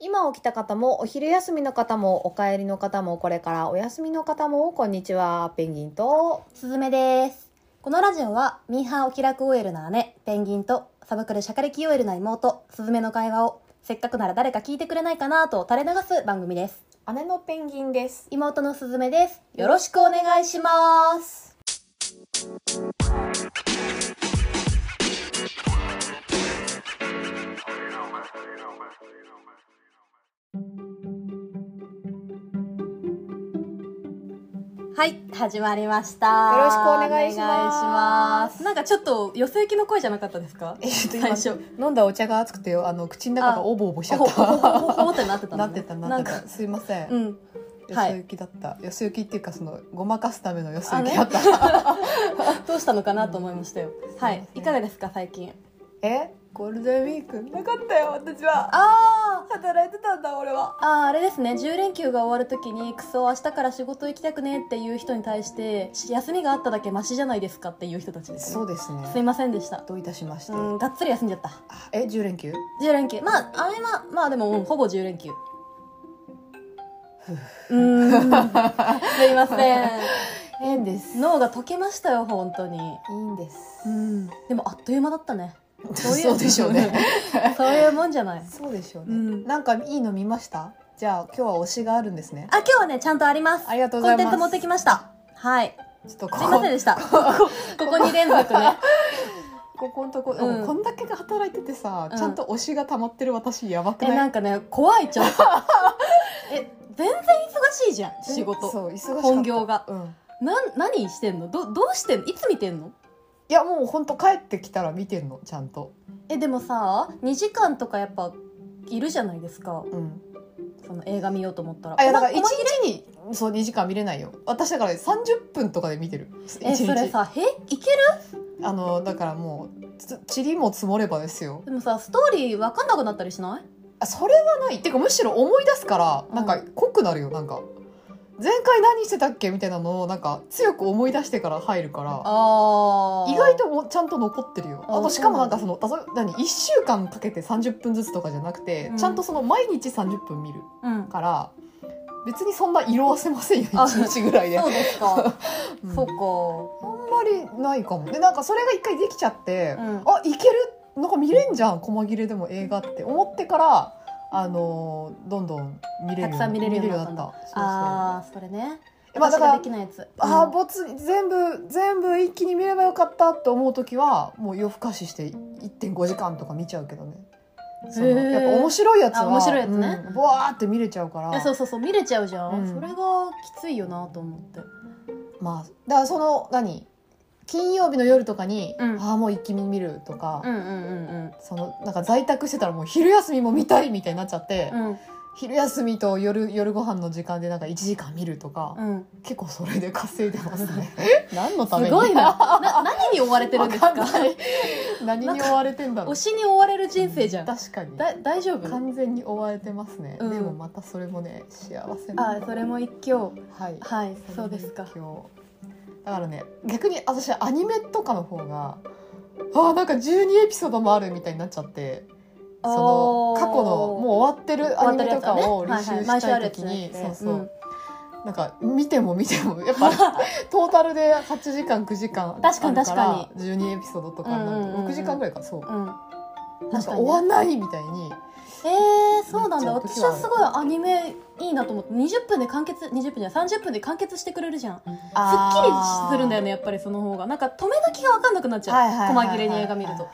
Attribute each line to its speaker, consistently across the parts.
Speaker 1: 朝起きた方もお昼休みの方もお帰りの方もこれからお休みの方もこんにちはペンギンと
Speaker 2: すずめですこのラジオはミーハーお気楽 OL な姉ペンギンとサブクルシャカリキ OL な妹すずめの会話をせっかくなら誰か聞いてくれないかなと垂れ流す番組です
Speaker 1: 姉のペンギンです
Speaker 2: 妹のすずめですよろしくお願いしますはい始まりました
Speaker 1: よろしくお願いします
Speaker 2: お願いしますなんかちょっと寄せ行きの声じゃなかったですか
Speaker 1: えちょっと
Speaker 2: 最
Speaker 1: 今
Speaker 2: 初
Speaker 1: 飲んだお茶が熱くてあの口の中がオボオボしちゃ
Speaker 2: ほ
Speaker 1: っ
Speaker 2: ほほほほ
Speaker 1: た
Speaker 2: ってなってたの
Speaker 1: な
Speaker 2: ね
Speaker 1: ってたなって
Speaker 2: な
Speaker 1: た
Speaker 2: んか
Speaker 1: すいません、
Speaker 2: うん
Speaker 1: よ
Speaker 2: はい
Speaker 1: そ行きだった、よそ行きっていうかそのごまかすためのよそ行きだった、
Speaker 2: どうしたのかなと思いましたよ。は
Speaker 1: すいま
Speaker 2: い、
Speaker 1: せん
Speaker 2: いかがですか最近。
Speaker 1: えゴールデンウィークなかったよ私は
Speaker 2: あ
Speaker 1: 働いてたんだ俺は
Speaker 2: あ、あああれですね。10連休が終わるときにクソ明日から仕事行きたくねっていう人に対してし休みがあっただけマシじゃないですかっていう人たちです、ね。
Speaker 1: そうです
Speaker 2: すい
Speaker 1: ね
Speaker 2: ませんでした。
Speaker 1: どういたしまして、
Speaker 2: うん、がっつり休んじゃった。
Speaker 1: あえ10連休
Speaker 2: 10連休。まああれはまあでも、うん、ほぼ10連休。う ーん。すいません。
Speaker 1: 変です
Speaker 2: 脳が溶けましたよ本当に。
Speaker 1: いいんです
Speaker 2: うん。でもあっという間だったね。
Speaker 1: そうでしょうね。
Speaker 2: そういうもんじゃない。
Speaker 1: そうでしょうね、
Speaker 2: うん
Speaker 1: なんかいいの見ましたじゃあ今日は推しがあるんですね
Speaker 2: あ、今日はね、ちゃんとあります。
Speaker 1: ありがとうございます
Speaker 2: コンテンツ持ってきました。はい。
Speaker 1: ちょっとこ
Speaker 2: すいません でした。ここ、ここに連続 ね。
Speaker 1: ここのとこ、
Speaker 2: うん
Speaker 1: こんだけが働いててさ、
Speaker 2: うん
Speaker 1: ちゃんと推しが溜まってる私やばく
Speaker 2: え、
Speaker 1: ない
Speaker 2: なん かね、怖い、ちょっと。え、全然忙しいじゃん、仕事。
Speaker 1: そう忙しかった
Speaker 2: 本業が
Speaker 1: うん
Speaker 2: なん、何してんのど、どうしてんのいつ見てんの
Speaker 1: いやもう本当帰ってきたら見てんのちゃんと
Speaker 2: え、でもさ、2時間とかやっぱ、いるじゃないですか。
Speaker 1: うん
Speaker 2: その映画見ようと思ったら。
Speaker 1: あいやだから
Speaker 2: こ
Speaker 1: 一
Speaker 2: ま
Speaker 1: 日にそう2時間見れないよ私だから30分とかで見てる一
Speaker 2: え、それ
Speaker 1: 日
Speaker 2: さ、へいける
Speaker 1: あのだからもうつ塵も積もればですよ
Speaker 2: でもさ、ストーリーわかんなくなったりしない
Speaker 1: あそれはないてかむしろ思い出すからなんか
Speaker 2: う
Speaker 1: 濃くなるよなんか前回何してたっけみたいなのをなんか強く思い出してから入るから
Speaker 2: あ
Speaker 1: 意外ともうちゃんと残ってるよ
Speaker 2: あ
Speaker 1: あとしかもなんか
Speaker 2: そ
Speaker 1: そのたと何1週間かけて30分ずつとかじゃなくて、
Speaker 2: うん
Speaker 1: ちゃんとその毎日30分見る
Speaker 2: うん。
Speaker 1: から別にそんな色あせませんよ
Speaker 2: あ
Speaker 1: 1日ぐらいで、
Speaker 2: そうです か。
Speaker 1: うん
Speaker 2: そっ
Speaker 1: あ
Speaker 2: か。
Speaker 1: んまりないかもでなんかそれが一回できちゃって、
Speaker 2: うん
Speaker 1: あいけるなんか見れんじゃん細切れでも映画って思ってからあのーどんどん見れるよう
Speaker 2: たくさん見れるようになった
Speaker 1: 見れるよう
Speaker 2: んだ
Speaker 1: になったそう
Speaker 2: ああーそれね
Speaker 1: そうまあだ
Speaker 2: 私
Speaker 1: か
Speaker 2: が
Speaker 1: ら
Speaker 2: できないやつ
Speaker 1: あー
Speaker 2: うん
Speaker 1: 没全部全部一気に見ればよかったって思う時はもう夜更かしして1.5時間とか見ちゃうけどねその
Speaker 2: へー
Speaker 1: やっぱ面白いやつは
Speaker 2: あ面白いやつね
Speaker 1: うん、ボワーって見れちゃうから
Speaker 2: えそうそうそう見れちゃうじゃん、
Speaker 1: うん
Speaker 2: それがきついよなと思って
Speaker 1: まあだからその何金曜日の夜とかに、
Speaker 2: うん
Speaker 1: ああもう一気に見るとか、
Speaker 2: うんうんうん
Speaker 1: そのなんか在宅してたらもう昼休みも見たいみたいになっちゃって、
Speaker 2: うん
Speaker 1: 昼休みと夜夜ご飯の時間でなんか1時間見るとか、
Speaker 2: うんうん
Speaker 1: 結構それで稼いでます ね何の
Speaker 2: す
Speaker 1: ために
Speaker 2: ごいなな何に追われてるんですか
Speaker 1: わかんない何に追われてんだろ
Speaker 2: 推
Speaker 1: う
Speaker 2: しに追われる人生じゃんだ
Speaker 1: 確かに
Speaker 2: 大丈夫
Speaker 1: 完全に追われてますね、
Speaker 2: うん
Speaker 1: でもまたそれもね幸せな
Speaker 2: あーそれも一興
Speaker 1: はい
Speaker 2: はいそうですか
Speaker 1: 今日だからね逆に私アニメとかの方があーなんか12エピソードもあるみたいになっちゃってその
Speaker 2: おー
Speaker 1: 過去のもう終わってるアニメとかを
Speaker 2: 終わ
Speaker 1: 履
Speaker 2: ってる
Speaker 1: 修
Speaker 2: やつだね
Speaker 1: したい時に、
Speaker 2: はいはい毎週あるやつね
Speaker 1: そうそう、
Speaker 2: うん
Speaker 1: なんか見ても見てもやっ ぱトータルで8時間9時間あるから
Speaker 2: 確かに確か
Speaker 1: 12エピソードとかになる
Speaker 2: うんう
Speaker 1: と
Speaker 2: んうんうん
Speaker 1: 6時間ぐらいかそう、
Speaker 2: うん
Speaker 1: なん
Speaker 2: 確
Speaker 1: か終
Speaker 2: かに
Speaker 1: わ
Speaker 2: ね
Speaker 1: んないみたいに
Speaker 2: えー、そうなんだ
Speaker 1: めっちゃ
Speaker 2: 私はすごいアニメいいなと思って20分で完結20分じゃない30分で完結してくれるじゃん
Speaker 1: すっ
Speaker 2: すっきりするんだよねやっぱりその方がなんか止め時が分かんなくなっちゃう、細切れに映画見ると、あ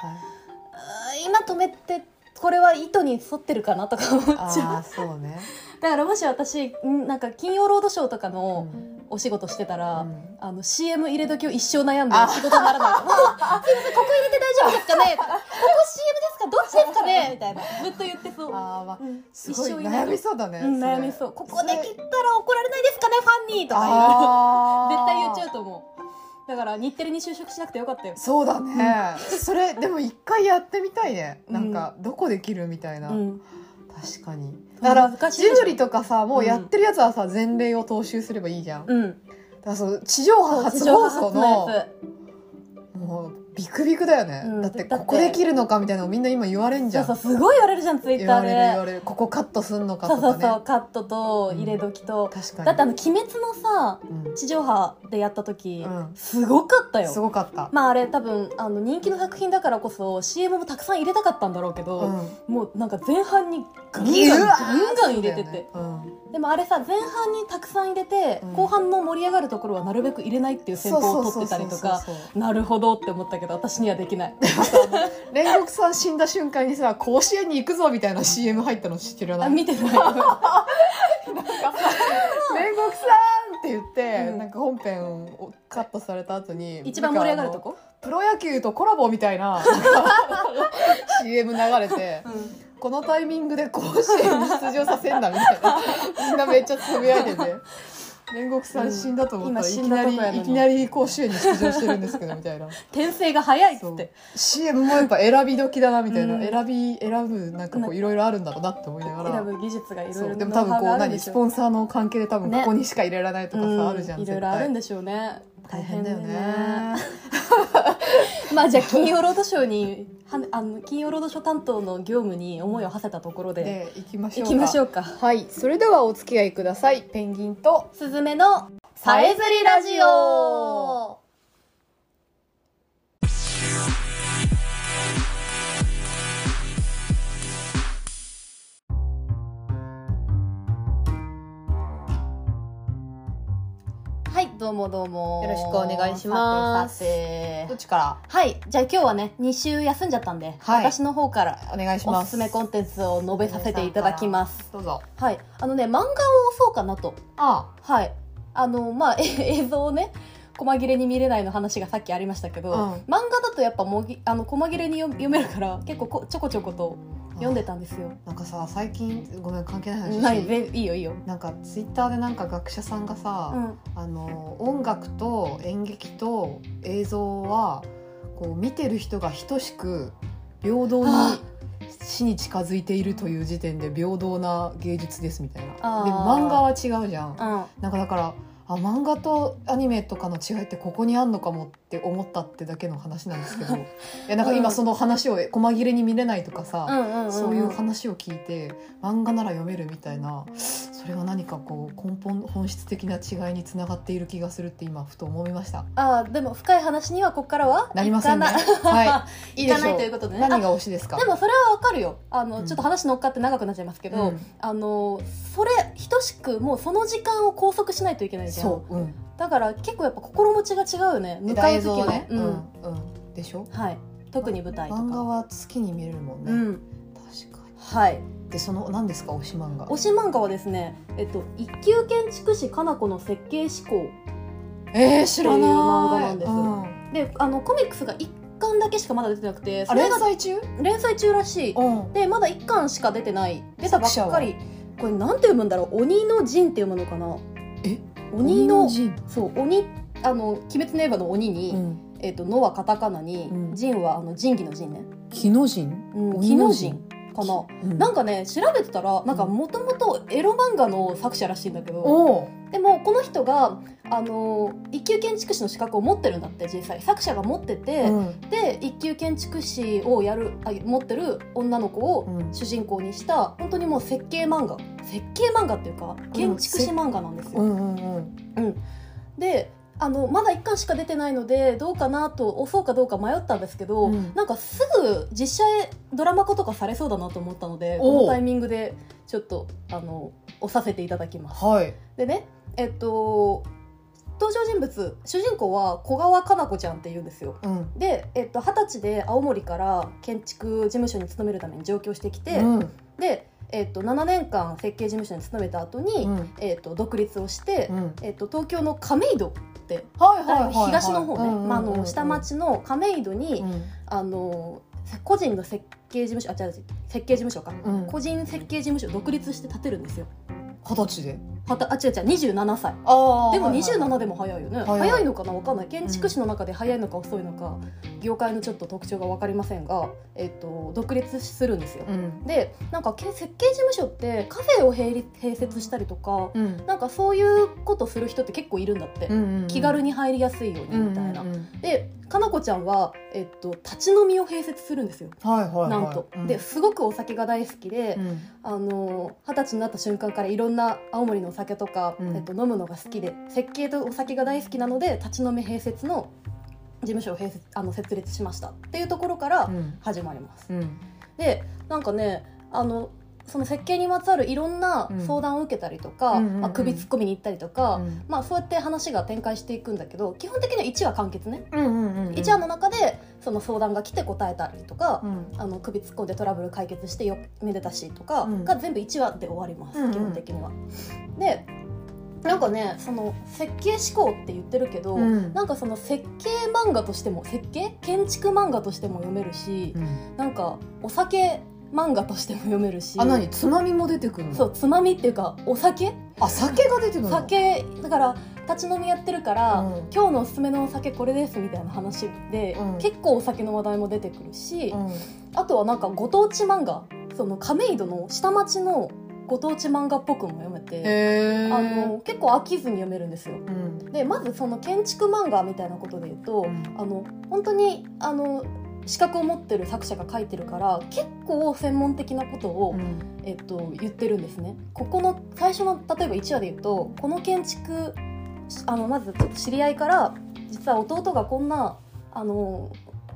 Speaker 2: ー今止めてこれは糸に沿ってるかなとか思っ
Speaker 1: あ
Speaker 2: ちゃ
Speaker 1: あそう ね、
Speaker 2: うだからもし私んなんか「金曜ロードショー」とか
Speaker 1: う
Speaker 2: の
Speaker 1: ん
Speaker 2: お仕事してたら、
Speaker 1: うん
Speaker 2: あの CM 入れ時を一生悩んで
Speaker 1: あ
Speaker 2: 仕事にな らないもうすいませんここ入れて大丈夫ですかねとか ここ CM ですかどっちですかねみたいなずっと言ってそう、
Speaker 1: あーまあ
Speaker 2: うん
Speaker 1: すごい
Speaker 2: 一生入れ
Speaker 1: 悩みそうだね、
Speaker 2: うん、
Speaker 1: それ
Speaker 2: 悩みそうここで切ったら怒られないですかねファンにとか言う
Speaker 1: あー
Speaker 2: 絶対言っちゃうと思うだから日テレに就職しなくてよかったよ
Speaker 1: そうだね、それでも一回やってみたいねなんかどこで切るみたいな、
Speaker 2: うん
Speaker 1: 確かに
Speaker 2: そ
Speaker 1: だか
Speaker 2: れ
Speaker 1: ら
Speaker 2: 難しい
Speaker 1: ジ
Speaker 2: でしょ
Speaker 1: ブリとかさもうやってるやつはさ前例を踏襲すればいいじゃん、だか
Speaker 2: うん
Speaker 1: らその地上波初
Speaker 2: 地上
Speaker 1: 放
Speaker 2: 波
Speaker 1: 送
Speaker 2: 初の
Speaker 1: の
Speaker 2: や
Speaker 1: もうビクビクだよね、
Speaker 2: うん
Speaker 1: だって
Speaker 2: だって
Speaker 1: ここできるのかみたいなのみんな今言われんじ
Speaker 2: そ
Speaker 1: ゃ
Speaker 2: うんそうすごい言われるじゃんツイッ
Speaker 1: 言
Speaker 2: タ
Speaker 1: わ
Speaker 2: ー
Speaker 1: れる言
Speaker 2: で
Speaker 1: われるここカットすんのか
Speaker 2: そ
Speaker 1: と
Speaker 2: う
Speaker 1: かね
Speaker 2: そうそうカットと入れ時と、
Speaker 1: 確かに
Speaker 2: だってあの「鬼滅」のさ
Speaker 1: うん
Speaker 2: 地上波でやった時、
Speaker 1: うん
Speaker 2: すごかったよ
Speaker 1: すごかった、
Speaker 2: まああれ多分あの人気の作品だからこそ CM もたくさん入れたかったんだろうけ
Speaker 1: う
Speaker 2: ど、
Speaker 1: ん
Speaker 2: もうなんか前半にガンガン
Speaker 1: うわー
Speaker 2: ガンガン入れてて、
Speaker 1: そうだよね
Speaker 2: でもあれさ前半にたくさん入れて、
Speaker 1: うん
Speaker 2: 後半の盛り上がるところはなるべく入れないっていう戦法を取ってたりとか
Speaker 1: そうそうそうそう
Speaker 2: なるほどって思ったけど私にはできない
Speaker 1: 煉獄さん死んだ瞬間にさ甲子園に行くぞみたいな CM 入ったの知ってるな
Speaker 2: あ
Speaker 1: い
Speaker 2: 見て ない
Speaker 1: 煉獄さんって言って、
Speaker 2: うん
Speaker 1: なんか本編をカットされた後に
Speaker 2: 一番盛り上がるとこ、
Speaker 1: プロ野球とコラボみたい な CM 流れてこのタイミングで甲子園に出場させんだみたいなみんなめっちゃつぶやいて て煉獄さん死んだと思ったら、
Speaker 2: うん
Speaker 1: い
Speaker 2: 今死ん
Speaker 1: き
Speaker 2: だ
Speaker 1: な
Speaker 2: とこやの
Speaker 1: り
Speaker 2: に
Speaker 1: いきなり甲子園に出場してるんですけどみたいな
Speaker 2: 転生が早いっつ
Speaker 1: そ
Speaker 2: っ
Speaker 1: う
Speaker 2: て
Speaker 1: CM もやっぱ選び時だなみたいな、
Speaker 2: うん
Speaker 1: 選び選ぶなんかこういろいろあるんだろうなって思いながら
Speaker 2: 選。ぶ技術がいろい
Speaker 1: そ
Speaker 2: ろ
Speaker 1: うでも多分こう何スポ
Speaker 2: ン
Speaker 1: ンサーの関係で多分
Speaker 2: ね
Speaker 1: ここにしか入れられないとかさ、あるじゃん
Speaker 2: いろい
Speaker 1: 絶
Speaker 2: ろあるん
Speaker 1: 対
Speaker 2: でしょうね
Speaker 1: 大変だよね
Speaker 2: ねまあじゃあ金曜ロードショーにはあの金曜ロードショー担当の業務に思いを馳せたところで
Speaker 1: で行きまし
Speaker 2: 行
Speaker 1: ょうか
Speaker 2: きましょうか
Speaker 1: はいそれではお付き合いくださいペンギンと
Speaker 2: すずめのさえずりラジオはいどうもどうも
Speaker 1: よろしくお願いします
Speaker 2: さて
Speaker 1: ど
Speaker 2: さ
Speaker 1: ってちか
Speaker 2: はいじゃあ今日はね2週休んじゃったんで、
Speaker 1: はい
Speaker 2: 私の方から
Speaker 1: らお願いし
Speaker 2: お
Speaker 1: ます
Speaker 2: すすめコンテンツを述べさせていただきます
Speaker 1: どうぞ
Speaker 2: はいあのね漫画をそうかなと
Speaker 1: あ
Speaker 2: はい。あの、まあ、 え映像をね、細切れに見れないの話がさっきありましたけど、
Speaker 1: うん
Speaker 2: 漫画だとやっぱもぎあの細切れに読読めるから結構こちょこちょこと読んでたんですよ。
Speaker 1: なんかさ最近ごめん関係ない話
Speaker 2: ないぜいいよいいよ。
Speaker 1: なんかツイッターでなんか学者さんがさ、
Speaker 2: うん、
Speaker 1: あの音楽と演劇と映像はこう見てる人が等しく平等に
Speaker 2: あ
Speaker 1: 死に近づいているという時点で平等な芸術ですみたいな
Speaker 2: あー
Speaker 1: で漫画は違うじゃん
Speaker 2: うん、
Speaker 1: なんかだからあ漫画とアニメとかの違いってここにあんのかもって思ったってだけの話なんですけ どいやなんか今その話を細切れに見れないとかさ、
Speaker 2: うんうんんん
Speaker 1: そういう話を聞いて漫画なら読めるみたいなそれは何かこう根本本質的な違いにつながっている気がするって今ふと思いました
Speaker 2: あーでも深い話にはここからは
Speaker 1: なりませんね
Speaker 2: いかな
Speaker 1: はいいい
Speaker 2: い
Speaker 1: で
Speaker 2: か
Speaker 1: し
Speaker 2: な
Speaker 1: ょ
Speaker 2: いうということでね。
Speaker 1: 何が推しですか
Speaker 2: あでもそれはわかるよあの、
Speaker 1: うん
Speaker 2: ちょっと話乗っかって長くなっちゃいますけど、
Speaker 1: うん
Speaker 2: あのそれ等しくもうその時間を拘束しないといけないじゃん
Speaker 1: そう、うん、
Speaker 2: だから結構やっぱ心持ちが違うよね向か
Speaker 1: 映
Speaker 2: う時
Speaker 1: 像
Speaker 2: の、
Speaker 1: ね、
Speaker 2: う
Speaker 1: うんんうん、でしょ
Speaker 2: はい特に舞台とか
Speaker 1: 漫画は好きに見れるもんね、
Speaker 2: うん
Speaker 1: 確かに
Speaker 2: はい
Speaker 1: でその何ですか推し漫画
Speaker 2: 推し漫画はですねえっと一級建築士かな子の設計志向
Speaker 1: えー、知らない
Speaker 2: っていう漫画なんです
Speaker 1: うん
Speaker 2: であのコミックスが一巻だけしかまだ出てなくて
Speaker 1: あ
Speaker 2: それ
Speaker 1: 連
Speaker 2: が
Speaker 1: 載中
Speaker 2: 連載中らしい
Speaker 1: うん
Speaker 2: でまだ一巻しか出てない出たばっ
Speaker 1: 作
Speaker 2: かりこれなんて読むんだろう鬼の陣って読むのかな
Speaker 1: え
Speaker 2: 鬼の
Speaker 1: 陣
Speaker 2: そう鬼あの「鬼滅の刃」の鬼に「
Speaker 1: うん
Speaker 2: えっとの」はカタカナに
Speaker 1: うん
Speaker 2: 「陣、はあの仁義の陣ね
Speaker 1: 木の陣
Speaker 2: 「うん、鬼
Speaker 1: 鬼
Speaker 2: の
Speaker 1: の
Speaker 2: 陣
Speaker 1: 陣」
Speaker 2: かな
Speaker 1: うん
Speaker 2: なんかね調べてたらなんかもともとエロ漫画の作者らしいんだけど
Speaker 1: おお
Speaker 2: でもこの人があの一級建築士の資格を持ってるんだって実際作者が持ってて、
Speaker 1: ん
Speaker 2: で一級建築士をやるあ持ってる女の子を
Speaker 1: うん
Speaker 2: 主人公にした本当にもう設計漫画設計漫画っていうか建築士漫画なんですよ。
Speaker 1: うんうんうん
Speaker 2: であのまだ1巻しか出てないのでどうかなと押そうかどうか迷ったんですけど、
Speaker 1: うん
Speaker 2: なんかすぐ実写へドラマ化とかされそうだなと思ったので
Speaker 1: おう
Speaker 2: このタイミングでちょっとあの押させていただきます。
Speaker 1: はい
Speaker 2: でねえっと登場人物主人公は小川かな子ちゃんっていうんですよ。
Speaker 1: うん
Speaker 2: でえっと、20歳で青森から建築事務所に勤めるために上京してきて、
Speaker 1: うん
Speaker 2: で、えっと、7年間設計事務所に勤めた後に、
Speaker 1: うん
Speaker 2: えっと、独立をして、
Speaker 1: うん
Speaker 2: えっと、東京の亀戸って
Speaker 1: はいはいはいはい
Speaker 2: 東の方ねまああの下町の亀戸に、
Speaker 1: うん
Speaker 2: あの個人の設計事務所あ違う違う設計事務所か、
Speaker 1: うん
Speaker 2: 個人設計事務所を独立して建てるんですよ
Speaker 1: 二十歳で
Speaker 2: はたあ違う違う27歳
Speaker 1: あ
Speaker 2: でも
Speaker 1: の
Speaker 2: 27でも早いよね、
Speaker 1: 早い
Speaker 2: 早いのかなわかんない建築士の中で早いのか遅いのか、業界のちょっと特徴が分かりませんが、えっと独立するんですよ、
Speaker 1: うん
Speaker 2: でなんかけ設計事務所ってカフェを併立併設したりとか、
Speaker 1: うん
Speaker 2: なんかそういうことする人って結構いるんだって、
Speaker 1: うんうん
Speaker 2: 気軽に入りやすいようにみたいな、
Speaker 1: うんうんうん
Speaker 2: でかなこちゃんは、えっと、立ち飲みを併設するんですよ
Speaker 1: はいはいはい
Speaker 2: なんと、
Speaker 1: うん
Speaker 2: ですごくお酒が大好きで、
Speaker 1: うん
Speaker 2: あの二十歳になった瞬間からいろんな青森のお酒とか、
Speaker 1: うん
Speaker 2: えっと、飲むのが好きで設計とお酒が大好きなので立ち飲み併設の事務所を併設あの設立しましたっていうところから
Speaker 1: うん
Speaker 2: 始まります。
Speaker 1: うん
Speaker 2: でなんかねあのその設計にまつわるいろんな相談を受けたりとか、
Speaker 1: うんうんうんうん
Speaker 2: まあ、首突っ込みに行ったりとか、
Speaker 1: うん
Speaker 2: まあ、そうやって話が展開していくんだけど基本的には1話完結ね、
Speaker 1: うんうんうん
Speaker 2: 一1話の中でその相談が来て答えたりとか
Speaker 1: う、ん
Speaker 2: あの首突っ込んでトラブル解決してよめでたしとか
Speaker 1: うん
Speaker 2: が全部1話で終わります、
Speaker 1: うんうん
Speaker 2: 基本的には。でなんかねその設計思考って言ってるけど、
Speaker 1: うん
Speaker 2: なんかその設計漫画としても設計建築漫画としても読めるし、
Speaker 1: うん
Speaker 2: なんかお酒漫画としても読めるし
Speaker 1: あ何つまみも出てくるの
Speaker 2: そうつまみっていうかお酒
Speaker 1: あ酒が出てくるの
Speaker 2: 酒だから立ち飲みやってるから、
Speaker 1: うん
Speaker 2: 今日のおすすめのお酒これですみたいな話で、
Speaker 1: うん
Speaker 2: 結構お酒の話題も出てくるし、
Speaker 1: うん
Speaker 2: あとはなんかご当地漫画その亀戸の下町のご当地漫画っぽくも読めて、
Speaker 1: へー
Speaker 2: あの結構飽きずに読めるんです
Speaker 1: う
Speaker 2: よ。
Speaker 1: ん
Speaker 2: でまずその建築漫画みたいなことで言うと、
Speaker 1: うん
Speaker 2: あの本当にあの資格を持ってる作者が書いてるから結構専門的なこと
Speaker 1: う
Speaker 2: を、
Speaker 1: ん
Speaker 2: えっと、言ってるんですね。ここの最初の例えば1話で言うとこの建築あのまずちょっと知り合いから実は弟がこんなあの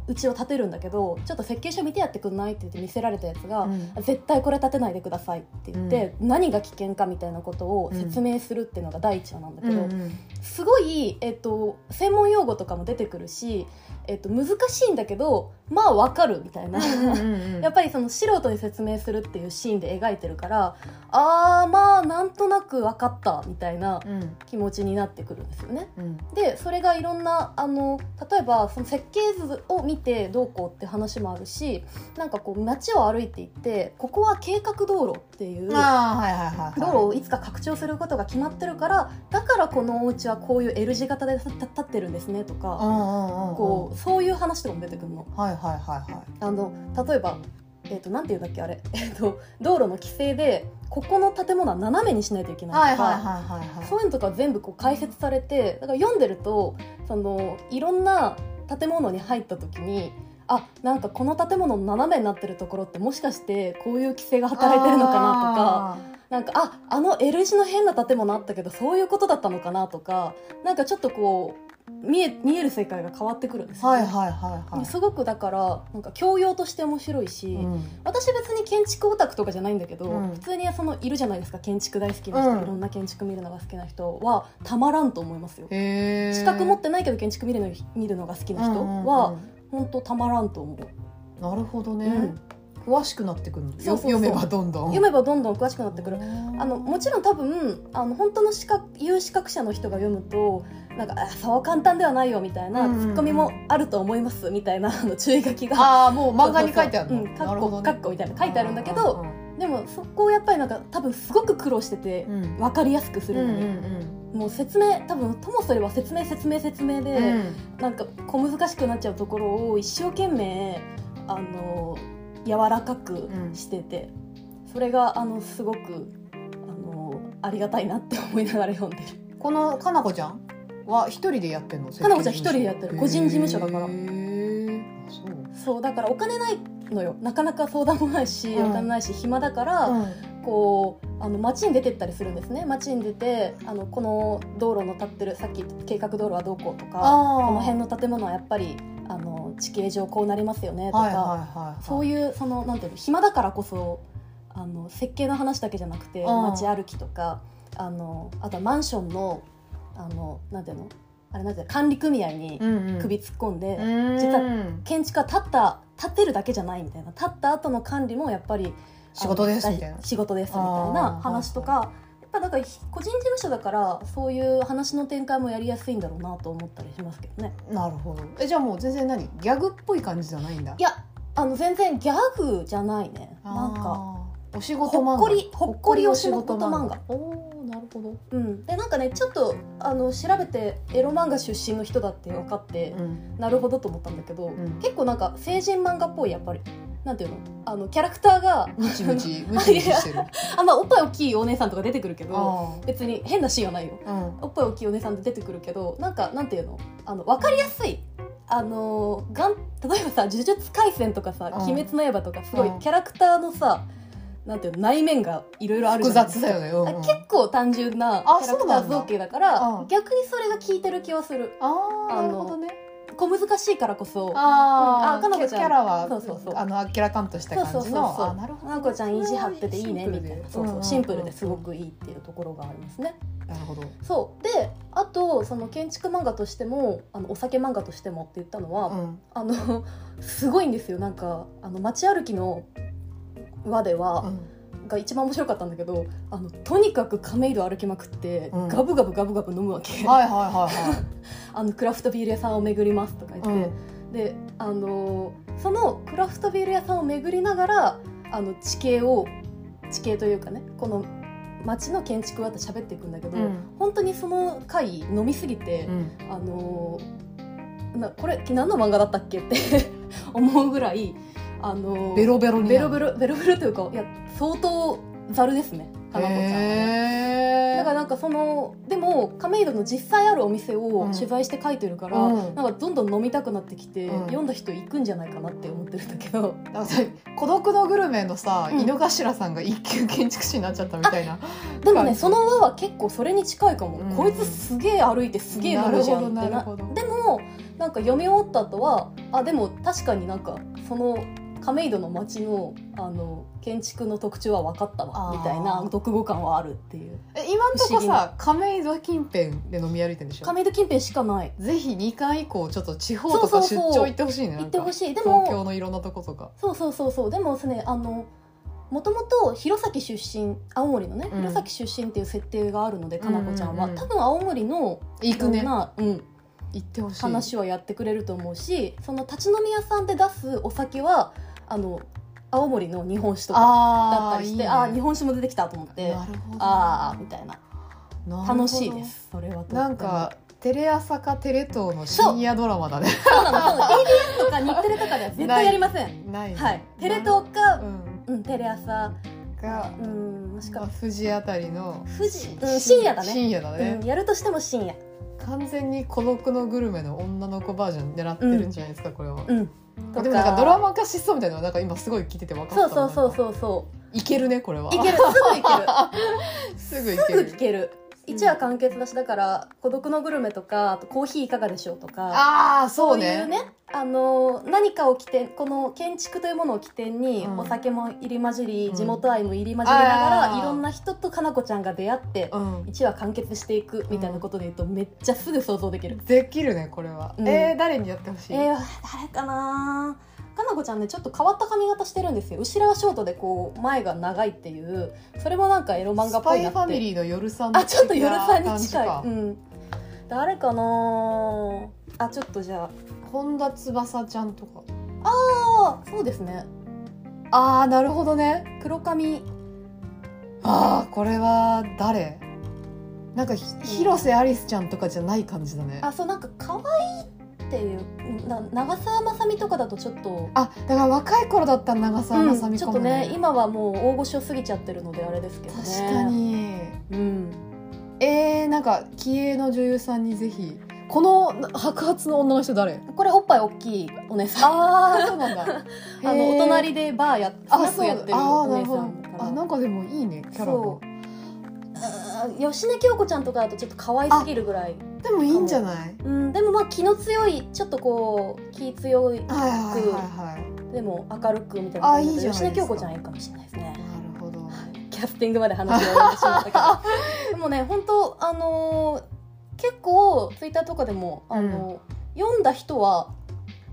Speaker 2: うちを建てるんだけどちょっと設計書見てやってくんないって言って見せられたやつが、
Speaker 1: うん
Speaker 2: 絶対これ建てないでくださいって言って、何が危険かみたいなことを説明するっていうのが第一話なんだけど、
Speaker 1: うん
Speaker 2: すごい、えっと、専門用語とかも出てくるし、えっと、難しいんだけどまあわかるみた いな。
Speaker 1: うん
Speaker 2: やっぱりその素人に説明するっていうシーンで描いてるからあーまあなんとなく分かったみたいな
Speaker 1: うん
Speaker 2: 気持ちになってくるんですよね。
Speaker 1: うん
Speaker 2: でそれがいろんなあの例えばその設計図を見てどうこうって話もあるしなんかこう街を歩いていってここは計画道路っていう道
Speaker 1: あーはいはいはいはい
Speaker 2: 路をいつか拡張することが決まってるからだからこのお家はこういう L 字型で立立ってるんですねと
Speaker 1: う
Speaker 2: か
Speaker 1: んうんうんうん
Speaker 2: こうそういう話とかも出てくるの。
Speaker 1: はいはいはいはい
Speaker 2: あの例えば、えー、となんていうんだっけあれ、 えー、と道路の規制でここの建物は斜めにしないといけ
Speaker 1: は
Speaker 2: ない
Speaker 1: い
Speaker 2: とか、
Speaker 1: はいはいはいはい
Speaker 2: そういうのとか全部こう解説されてだから読んでるとそのいろんな建物に入った時にあなんかこの建物の斜めになってるところってもしかしてこういう規制が働いてるのかなとか。なんかああの L 字の変な建物あったけどそういうことだったのかなとかなんかちょっとこう見え見える世界が変わってくるんです
Speaker 1: あーは
Speaker 2: よ
Speaker 1: い
Speaker 2: ね
Speaker 1: はいはいはい
Speaker 2: すごくだからなんか教養として面白いし、
Speaker 1: うん
Speaker 2: 私別に建築オタクとかじゃないんだけど、
Speaker 1: うん
Speaker 2: 普通にそのいるじゃないですか建築大好きな人、
Speaker 1: うん
Speaker 2: いろんな建築見るのが好きな人はたまらんと思いますよ。
Speaker 1: へー
Speaker 2: 資格持ってないけど建築見るの見るのが好きな人
Speaker 1: うん
Speaker 2: は
Speaker 1: うんうん
Speaker 2: 本当たまらんと思う、
Speaker 1: なるほど
Speaker 2: う
Speaker 1: ね
Speaker 2: ん
Speaker 1: 詳しくなってくるのよ
Speaker 2: そうそうそう
Speaker 1: 読めばどんどん
Speaker 2: 読めばどんどん詳しくなってくるあ
Speaker 1: あ
Speaker 2: のもちろん多分あの本当の資格有資格者の人が読むとなんかあそう簡単ではないよみたいな、
Speaker 1: うんうんうん
Speaker 2: ツッコミもあると思いますみたいなあの注意書きが
Speaker 1: ああもう漫画に書いてあるの
Speaker 2: うんか
Speaker 1: な
Speaker 2: っ
Speaker 1: る
Speaker 2: こ
Speaker 1: ほどね
Speaker 2: かっこみたいな書いてあるんだけど、でもそこをやっぱりなんか多分すごく苦労してて
Speaker 1: うんうん
Speaker 2: 分かりやすくす
Speaker 1: うんう
Speaker 2: るのに、
Speaker 1: ん
Speaker 2: もう説明多分ともすれば説明説明説明
Speaker 1: う
Speaker 2: で、
Speaker 1: んうん
Speaker 2: なんか小難しくなっちゃうところを一生懸命あの柔らかくしてて、それがあのすごくあのありがたいなって思いながら読んでる。
Speaker 1: このかなこちゃんは一人でやってんの
Speaker 2: かなこちゃん一人でやってる個人事務所だから
Speaker 1: へーあそう
Speaker 2: そうだからお金ないのよなかなか相談もないし、
Speaker 1: うん
Speaker 2: お金ないし暇だから、こうあの街に出てったりするんですね街に出てあのこの道路の立ってるさっき計画道路はどうこうとか
Speaker 1: あー
Speaker 2: この辺の建物はやっぱりあの地形上こうなりますよねとか、
Speaker 1: はいはいはいはい
Speaker 2: そういうそのなんていうの暇だからこそあの設計の話だけじゃなくて
Speaker 1: うん
Speaker 2: 街歩きとかあのあとはマンションのあのなんていうのあれなんていうの管理組合に
Speaker 1: うんうん
Speaker 2: 首突っ込んで、
Speaker 1: うん
Speaker 2: 実建築は立った立てるだけじゃないみたいな立った後の管理もやっぱり
Speaker 1: 仕事ですみたい
Speaker 2: あ
Speaker 1: な
Speaker 2: の仕事ですみたいな話とかやっぱだから個人事務所だからそういう話の展開もやりやすいんだろうなと思ったりしますけどね
Speaker 1: なるほどえじゃあもう全然何ギャグっぽい感じじゃないんだ
Speaker 2: いやあの全然ギャグじゃないねな
Speaker 1: あー
Speaker 2: んか
Speaker 1: お仕事漫画
Speaker 2: ほっこりほっこりお仕事漫
Speaker 1: お
Speaker 2: 画
Speaker 1: 仕事漫画おーなるほど、
Speaker 2: うん、でなんかねちょっとあの調べてエロ漫画出身の人だって分かって、
Speaker 1: うん
Speaker 2: なるほどと思ったんだけど、
Speaker 1: ん
Speaker 2: 結構なんか成人漫画っぽいやっぱりなんていうのあのキャラクターが
Speaker 1: ムチムチムチムチしてる
Speaker 2: あんまおっぱい大きいお姉さんとか出てくるけど
Speaker 1: あ
Speaker 2: 別に変なシーンはないよ
Speaker 1: あうん
Speaker 2: おっぱい大きいお姉さんと出てくるけどなんかなんていうのあの分かりやすいあのーがん例えばさ「呪術廻戦」とかさ「
Speaker 1: うん
Speaker 2: 鬼滅の刃」とかすごい
Speaker 1: うん
Speaker 2: キャラクターのさなんていうの内面がいろいろある
Speaker 1: 複
Speaker 2: じゃない
Speaker 1: 雑だよねうん、うん、
Speaker 2: あ結構単純な
Speaker 1: あ
Speaker 2: キャラクター造形だか
Speaker 1: そうなん
Speaker 2: ら
Speaker 1: だ
Speaker 2: 逆にそれが効いてる気はする
Speaker 1: あー
Speaker 2: あの
Speaker 1: なるほどね
Speaker 2: 小難しいからこそ
Speaker 1: あ
Speaker 2: あかなこちゃん
Speaker 1: キャラは
Speaker 2: そうそうそう
Speaker 1: あのあっけらかんとした感じの
Speaker 2: そうそうそうそう
Speaker 1: あなるほど
Speaker 2: なおこちゃん意地張ってていいねみたいなそうそうシンプルですご
Speaker 1: く
Speaker 2: くいいっていうところがありますね
Speaker 1: なるほど
Speaker 2: そうであとその建築漫画としてもあのお酒漫画としてもって言ったのは、
Speaker 1: うん
Speaker 2: あのすごいんですよなんかあの街歩きの輪では、が一番面白かったんだけどあのとにかく亀戸歩きまくって、
Speaker 1: うん
Speaker 2: ガブガブガブガブ飲むわけ、
Speaker 1: はいはいは
Speaker 2: あのクラフトビール屋さんを巡りますとか言っ
Speaker 1: いはい、
Speaker 2: て、であのそのクラフトビール屋さんを巡りながらあの地形を地形というかねこの街の建築を私喋っていくんだけど、
Speaker 1: うん
Speaker 2: 本当にその回飲みすぎて、
Speaker 1: うん
Speaker 2: あのーなこれ何の漫画だったっけって 思うぐらい、あのー
Speaker 1: ベロベロに
Speaker 2: ベロ
Speaker 1: ロ
Speaker 2: ベロベロベロというかいや相当ざるですねかなこちゃんはね。だからなんかそのでも亀戸の実際あるお店を
Speaker 1: うん
Speaker 2: 取材して書いてるから、
Speaker 1: うん
Speaker 2: なんかどんどん飲みたくなってきて、
Speaker 1: うん
Speaker 2: 読んだ人行くんじゃないかなって思ってるんだけど
Speaker 1: なんかさ孤独のグルメのさ、
Speaker 2: うん
Speaker 1: 井の頭さんが一級建築士になっちゃったみたいな
Speaker 2: でもね
Speaker 1: 感じ
Speaker 2: その輪は結構それに近いかも、
Speaker 1: うん
Speaker 2: こいつすげえ歩いてすげえ飲むじゃんって
Speaker 1: なるほどなるほど
Speaker 2: でもなんか読み終わった後はあでも確かになんかその亀戸の町のあの建築の特徴は分かったわ
Speaker 1: あー
Speaker 2: みたいな独語感はあるっていう
Speaker 1: え今んと
Speaker 2: 不思
Speaker 1: こ
Speaker 2: 議な
Speaker 1: さ亀戸近辺で飲み歩いてるんでしょ
Speaker 2: 亀戸近辺しかない
Speaker 1: ぜひ2回以降ちょっと地方とか
Speaker 2: そう
Speaker 1: 出
Speaker 2: そうそう
Speaker 1: 張行ってほしいねな
Speaker 2: 行っ
Speaker 1: ん
Speaker 2: て
Speaker 1: か
Speaker 2: ほしいで
Speaker 1: 東京
Speaker 2: も
Speaker 1: のいろんなとことか
Speaker 2: そうそうそうそうでもですねあのもともと弘前出身青森のね、
Speaker 1: うん
Speaker 2: 弘前出身っていう設定があるのでかなこちゃんは、
Speaker 1: うんうんうん
Speaker 2: 多分青森の
Speaker 1: 行
Speaker 2: いろ
Speaker 1: く
Speaker 2: ん
Speaker 1: ね
Speaker 2: な、うん、
Speaker 1: 行ってほしい
Speaker 2: 話はやってくれると思うしその立ち飲み屋さんで出すお酒はあの青森の日本酒とかだ
Speaker 1: あ
Speaker 2: った
Speaker 1: ー
Speaker 2: り
Speaker 1: い
Speaker 2: し
Speaker 1: い
Speaker 2: て
Speaker 1: ね
Speaker 2: あー日本酒も出てきたと思って
Speaker 1: なるほど
Speaker 2: ああみたいな
Speaker 1: なるほど
Speaker 2: 楽しいですそれはとっても
Speaker 1: なんかテレ朝かテレ東の深夜ドラマだね
Speaker 2: そうなのそうなの TBS とか日テレとかでは絶対やりません
Speaker 1: ないね
Speaker 2: はいテレ東か
Speaker 1: うん
Speaker 2: うんテレ朝
Speaker 1: が
Speaker 2: うんもしく
Speaker 1: まあ
Speaker 2: は
Speaker 1: 富士あたりの
Speaker 2: 富士うん深夜だね
Speaker 1: 深夜だ
Speaker 2: う
Speaker 1: ね
Speaker 2: ん、やるとしても深夜
Speaker 1: 完全に孤独のグルメの女の子バージョン狙ってるんじゃないですか、これは、
Speaker 2: うんと
Speaker 1: でもなんかドラマ化しそうみたいなのなんか今すごい聞いてて分かった
Speaker 2: そうそうそう
Speaker 1: う
Speaker 2: そうそ
Speaker 1: いけるねこれは
Speaker 2: ういけるす
Speaker 1: す
Speaker 2: ぐいける
Speaker 1: ぐい
Speaker 2: す
Speaker 1: け
Speaker 2: ぐ
Speaker 1: る
Speaker 2: 聞ける一話完結だしだから「孤独のグルメ」とかあと「コーヒーいかがでしょう」とか
Speaker 1: ああそう
Speaker 2: い
Speaker 1: ね
Speaker 2: うねあの何かを起点この建築というものを起点に、
Speaker 1: うん
Speaker 2: お酒も入り混じり、
Speaker 1: うん
Speaker 2: 地元愛も入り混じりながら、
Speaker 1: あー
Speaker 2: いろんな人とかなこちゃんが出会って、
Speaker 1: うん
Speaker 2: 一話完結していくみたいなことで言うと、めっちゃすぐ想像できる、
Speaker 1: できるねこれは、
Speaker 2: うん
Speaker 1: えー、誰にやってほしい、
Speaker 2: えー、誰かなかなこちゃんねちょっと変わった髪型してるんですよ後ろはショートでこう前が長いっていうそれもなんかエロ漫画っ
Speaker 1: ス
Speaker 2: ぽ
Speaker 1: パ
Speaker 2: い
Speaker 1: イ
Speaker 2: な
Speaker 1: フ
Speaker 2: って
Speaker 1: ァミリーの夜さん
Speaker 2: あちょっと夜さんに近い、
Speaker 1: 感
Speaker 2: う
Speaker 1: じか
Speaker 2: ん、誰かなあちょっとじゃあ
Speaker 1: 本田翼ちゃんとか
Speaker 2: あーそうですね
Speaker 1: ああなるほどね
Speaker 2: 黒髪
Speaker 1: ああこれは誰なんかひ広瀬アリスちゃんとかじゃない感じだね
Speaker 2: あそうなんか可愛いっていうな長澤まさみとかだとちょっと、
Speaker 1: あだから若い頃だったら長澤まさ
Speaker 2: うん
Speaker 1: み
Speaker 2: ち
Speaker 1: か
Speaker 2: ょっ
Speaker 1: も、
Speaker 2: とね今はもう大御所過ぎちゃってるのであれですけどね
Speaker 1: 確かに
Speaker 2: うん
Speaker 1: えー、なんか気鋭の女優さんにぜひこのな白髪の女の人誰
Speaker 2: これおっぱい大きいお姉さん
Speaker 1: ああそうなんだ
Speaker 2: あのお隣でバーや
Speaker 1: あ
Speaker 2: スナックやってる
Speaker 1: あ
Speaker 2: お
Speaker 1: ーな
Speaker 2: 姉
Speaker 1: るほ
Speaker 2: さ
Speaker 1: ど
Speaker 2: んだから
Speaker 1: あなんかでもいいねキャラ
Speaker 2: そ
Speaker 1: も
Speaker 2: うあー芳根京子ちゃんとかだとちょっと可愛すぎるぐらい、
Speaker 1: でもいいんじゃない
Speaker 2: うん、でもまあ気の強いちょっとこう気強い
Speaker 1: はいはいはいはい
Speaker 2: でも明るくみたいな感
Speaker 1: あいいじゃない
Speaker 2: 芳
Speaker 1: ですか
Speaker 2: 根京子ちゃんいるかもしれないですね
Speaker 1: なるほど
Speaker 2: キャスティングまで話が終わってしまったけどでもね本当あのー結構ツイッターとかでも、あのー読んだ人は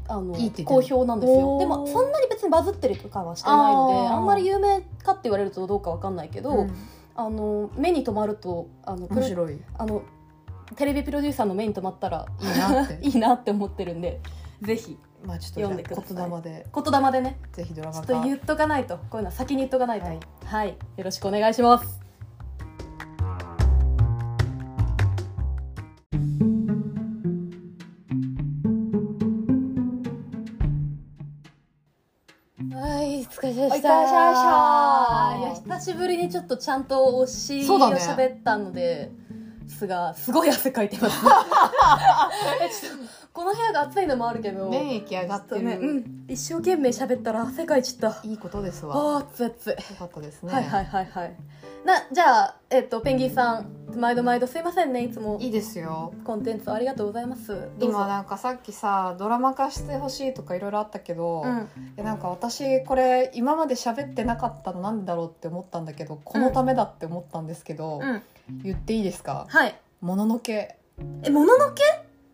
Speaker 2: あの
Speaker 1: いいって言ってる
Speaker 2: 好評なんですよ
Speaker 1: おー
Speaker 2: でもそんなに別にバズってるとかはしてないので
Speaker 1: あ
Speaker 2: あ
Speaker 1: ー
Speaker 2: んまり有名かって言われるとどうかわかんないけど、
Speaker 1: うん
Speaker 2: あのー目に留まるとあの
Speaker 1: 面白い
Speaker 2: あのテレビプロデューサーの目に留まったら
Speaker 1: いいなって
Speaker 2: いいなって思ってるんでぜひ
Speaker 1: まあちょ
Speaker 2: 読
Speaker 1: っと
Speaker 2: んで
Speaker 1: じゃ
Speaker 2: くだ
Speaker 1: あ言霊
Speaker 2: さい
Speaker 1: で
Speaker 2: 言霊でね
Speaker 1: ぜひドラ
Speaker 2: ちょ
Speaker 1: マ
Speaker 2: っ
Speaker 1: 化
Speaker 2: と言っとかないとこういうのは先に言っとかないと
Speaker 1: はい
Speaker 2: はい、よろしくお願いします
Speaker 1: クシャ
Speaker 2: クシャシャ
Speaker 1: シャ
Speaker 2: いや久しぶりにちょっとちゃんとお尻
Speaker 1: そ
Speaker 2: を
Speaker 1: うだね
Speaker 2: 喋ったのですが、すごい汗かいて ます、ね、えちょっとこの部屋が暑いのもあるけど、
Speaker 1: 免疫上
Speaker 2: ち
Speaker 1: が
Speaker 2: ょ
Speaker 1: っ
Speaker 2: っと
Speaker 1: て
Speaker 2: ね、う
Speaker 1: る。
Speaker 2: ん、一生懸命喋ったら汗かいちゃったあ
Speaker 1: いいことですわ。よ
Speaker 2: ー熱い熱い
Speaker 1: かったですね。
Speaker 2: はいはいはいはいなじゃあ、えっとペンギンさん毎度毎度すいませんねいつも
Speaker 1: いいですよ。
Speaker 2: コンテンツありがとうございますどうぞ
Speaker 1: 今なんかさっきさドラマ化してほしいとかいろいろあったけど、
Speaker 2: う
Speaker 1: い
Speaker 2: ん、
Speaker 1: やなんか私これ今まで喋ってなかったのなんでだろうって思ったんだけどこのためだって思ったんですけど、
Speaker 2: うん、
Speaker 1: 言っていいですか
Speaker 2: はい
Speaker 1: もののけ
Speaker 2: えもののけ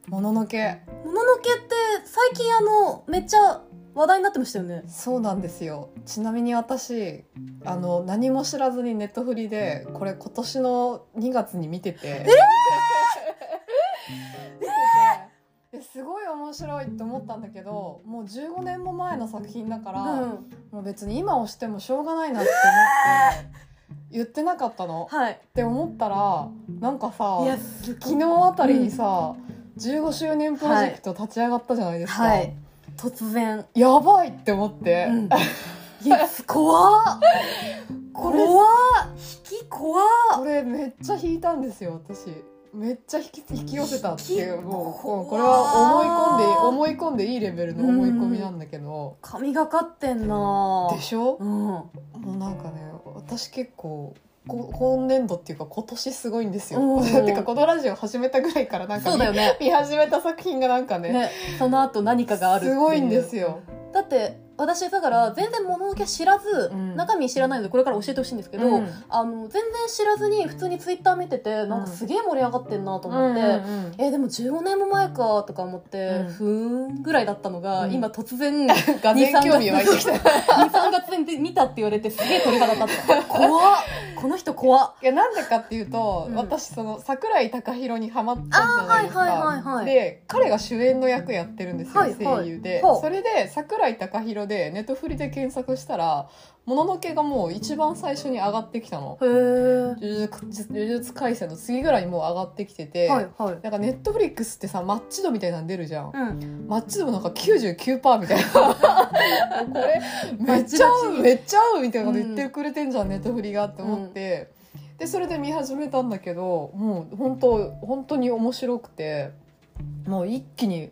Speaker 1: もののけ
Speaker 2: もののけって最近あのめっちゃ話題になってましたよね
Speaker 1: そうなんですよちなみに私あの何も知らずにネットフリでこれ今年の2月に見ててええすごい面白いって思ったんだけどもう15年も前の作品だから、
Speaker 2: うん
Speaker 1: もう別に今押してもしょうがないなって思って言ってなかったのっ
Speaker 2: はい
Speaker 1: て思ったらなんかさ
Speaker 2: いやす
Speaker 1: 昨日あたりにさ、15周年プロジェクト立ち上がったじゃないですか、
Speaker 2: はい突然
Speaker 1: やばいって思って、
Speaker 2: うんいやす 怖っ
Speaker 1: これ
Speaker 2: 怖っ引き怖っ
Speaker 1: これめっちゃ引いたんですよ私めっちゃ引き引き寄せたってい
Speaker 2: 引
Speaker 1: う
Speaker 2: き
Speaker 1: もう
Speaker 2: 怖
Speaker 1: もうこれは思い込んで思い込んでいいレベルの思い込みなんだけど、
Speaker 2: 神がかってんな
Speaker 1: でしょ
Speaker 2: う、ん
Speaker 1: もうなんかね私結構こ今年度っていうか今年すごいんです
Speaker 2: お
Speaker 1: よ。
Speaker 2: ー
Speaker 1: てかこのラジオ始めたぐらいからなんか
Speaker 2: そうだよね
Speaker 1: 見見始めた作品がなんかね
Speaker 2: ねその後何かがあるって
Speaker 1: すごいんですよ。
Speaker 2: だって私だから全然物のけ知らず、
Speaker 1: うん
Speaker 2: 中身知らないのでこれから教えてほしいんですけど、
Speaker 1: うん
Speaker 2: あの全然知らずに普通にツイッター見ててなんかすげえ盛り上がってんなと思っ て、
Speaker 1: うん
Speaker 2: えでも15年も前かとか思って、
Speaker 1: うん
Speaker 2: ふーんぐらいだったのが、
Speaker 1: うん
Speaker 2: 今突然
Speaker 1: がぜん興味湧いてきた。い
Speaker 2: 23月で見たって言われてすげえ鳥肌 立った怖っこの人怖っ
Speaker 1: やなんでかっていうと、
Speaker 2: うん
Speaker 1: 私その桜井貴弘にハマったんじゃないですか。
Speaker 2: あーはいはいはいはい
Speaker 1: で彼が主演の役やってるんですよ、
Speaker 2: はいはい
Speaker 1: 声優で。
Speaker 2: ほう
Speaker 1: それで桜井貴弘でネットフリで検索したら「もののけ」がもう一番最初に上がってきたの。
Speaker 2: へえ
Speaker 1: 呪術呪術廻戦の次ぐらいにもう上がってきてて、
Speaker 2: はいはい
Speaker 1: なんかネットフリックスってさマッチ度みたいなの出るじゃん、
Speaker 2: うん、
Speaker 1: マッチ度なんか99%みたいなこれめっちゃ合
Speaker 2: バチバ
Speaker 1: う
Speaker 2: チ
Speaker 1: めっちゃ合うみたいなこと言ってくれてんじゃん、ネットフリがって思って、でそれで見始めたんだけどもう本当本当に面白くてもう一気に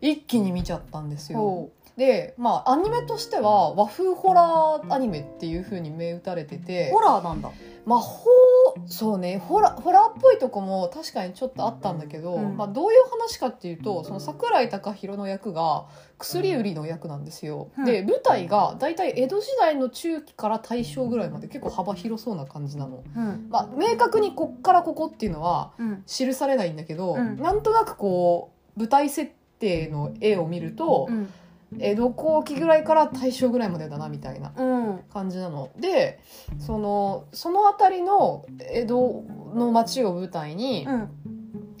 Speaker 1: 一気に見ちゃったんですよ
Speaker 2: ほ
Speaker 1: でまあアニメとしては和風ホラーアニメっていう風に銘打たれてて
Speaker 2: うホラーなんだ
Speaker 1: まあ、ほうそうねホラホラーっぽいとこも確かにちょっとあったんだけど、
Speaker 2: うん
Speaker 1: まあ、どういう話かっていうとその桜井貴弘の役が薬売りの役なんですよ、
Speaker 2: うん
Speaker 1: で舞台が大体江戸時代の中期から大正ぐらいまで結構幅広そうな感じなの、
Speaker 2: うん
Speaker 1: まあ、明確にこっからここっていうのは
Speaker 2: うん
Speaker 1: 記されないんだけど、
Speaker 2: うん
Speaker 1: なんとなくこう舞台設定の絵を見ると、
Speaker 2: うん
Speaker 1: 江戸後期ぐらいから大正ぐらいまでだなみたいな
Speaker 2: うん
Speaker 1: 感じなのでそのその辺りの江戸の町を舞台に、
Speaker 2: うん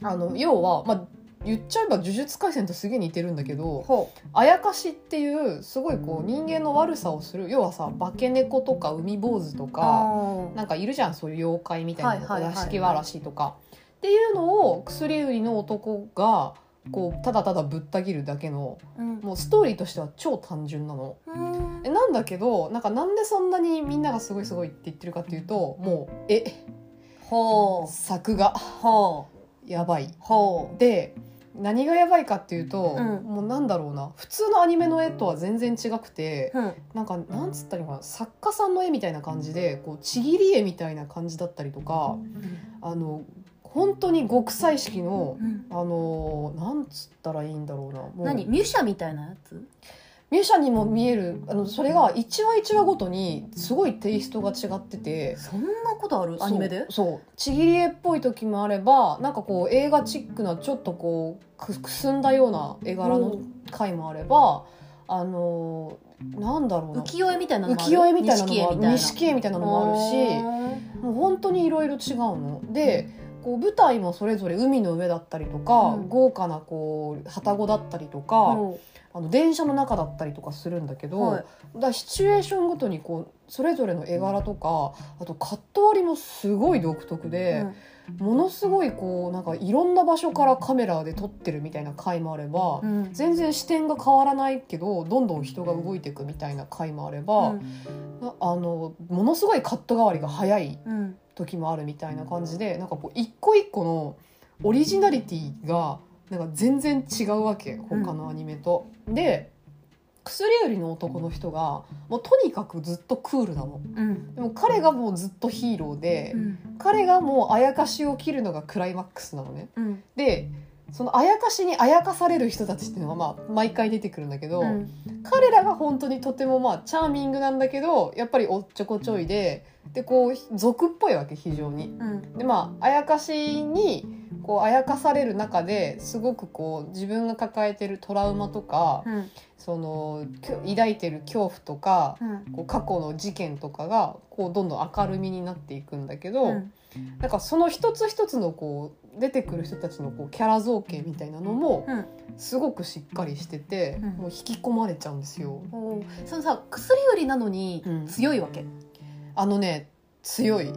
Speaker 1: あの要は、まあ、言っちゃえば呪術廻戦とすげえ似てるんだけど
Speaker 2: ほ
Speaker 1: あやかしっていうすごいこう人間の悪さをする要はさ化け猫とか海坊主と
Speaker 2: う
Speaker 1: か
Speaker 2: あ
Speaker 1: なんかいるじゃんそういう妖怪みたいなの、
Speaker 2: はいはいはい
Speaker 1: お屋敷わらしとか。っていうのを薬売りの男がこうただただぶった切るだけの
Speaker 2: うん
Speaker 1: もうストーリーとしては超単純なの。
Speaker 2: うん
Speaker 1: えなんだけどなんかなんでそんなにみんながすごいすごいって言ってるかっていうともうえ
Speaker 2: ほう
Speaker 1: 作が
Speaker 2: ほう
Speaker 1: やばい
Speaker 2: ほ
Speaker 1: で何がやばいかっていうと、
Speaker 2: うん
Speaker 1: もうなんだろうな普通のアニメの絵とは全然違くて
Speaker 2: ううん
Speaker 1: なんかなんつったらいいのかな作家さんの絵みたいな感じでこうちぎり絵みたいな感じだったりとかあの本当に極彩色の
Speaker 2: うん
Speaker 1: あのなんつったらいいんだろうなもう
Speaker 2: 何ミュシャみたいなやつ
Speaker 1: ミュシャにも見えるあのそれが一話一話ごとにすごいテイストが違ってて。
Speaker 2: そんなことあるアニメ
Speaker 1: そ
Speaker 2: で
Speaker 1: うそうちぎり絵っぽい時もあればなんかこう映画チックなちょっとこうくくすんだような絵柄の回もあればあのーなんだろうな
Speaker 2: 浮世絵みたいなのもあ
Speaker 1: 浮
Speaker 2: る
Speaker 1: 世絵みたいなの
Speaker 2: 錦
Speaker 1: も
Speaker 2: 絵
Speaker 1: ある
Speaker 2: みたいな
Speaker 1: 錦絵みたいなのもあるしもう本当にいろいろ違うの。でこう舞台もそれぞれ海の上だったりとか、
Speaker 2: うん
Speaker 1: 豪華なこう旅籠だったりとか、
Speaker 2: うん
Speaker 1: あの電車の中だったりとかするんだけど、
Speaker 2: はい
Speaker 1: だからシチュエーションごとにこうそれぞれの絵柄とかあとカット割りもすごい独特で、ものすごいこうなんかいろんな場所からカメラで撮ってるみたいな回もあれば、
Speaker 2: うんうん
Speaker 1: 全然視点が変わらないけどどんどん人が動いていくみたいな回もあれば、なあのものすごいカット代わりが早い
Speaker 2: うん
Speaker 1: 時もあるみたいな感じでなんかこう一個一個のオリジナリティがなんか全然違うわけ他のアニメと。で薬売りの男の人がもうとにかくずっとクールなの
Speaker 2: うん
Speaker 1: でも彼がもうずっとヒーローで、
Speaker 2: うん
Speaker 1: 彼がもうあやかしを切るのがクライマックスなのね
Speaker 2: うん
Speaker 1: でそのあやかしにあやかされる人たちっていうのはまあ毎回出てくるんだけど、
Speaker 2: うん
Speaker 1: 彼らが本当にとてもまあチャーミングなんだけどやっぱりおっちょこちょいででこう俗っぽいわけ非常に。
Speaker 2: うん
Speaker 1: でまああやかしにこうあやかされる中ですごくこう自分が抱えてるトラウマとか
Speaker 2: うん
Speaker 1: そのきょ抱いてる恐怖とか
Speaker 2: うん
Speaker 1: こう過去の事件とかがこうどんどん明るみになっていくんだけど、
Speaker 2: うん
Speaker 1: なんかその一つ一つのこう出てくる人たちのこうキャラ造形みたいなのも
Speaker 2: うん
Speaker 1: すごくしっかりしてて、
Speaker 2: うん
Speaker 1: もう引き込まれちゃうんですよ。
Speaker 2: おーそのさ薬売りなのに
Speaker 1: うん
Speaker 2: 強いわけ、
Speaker 1: あのね強い 強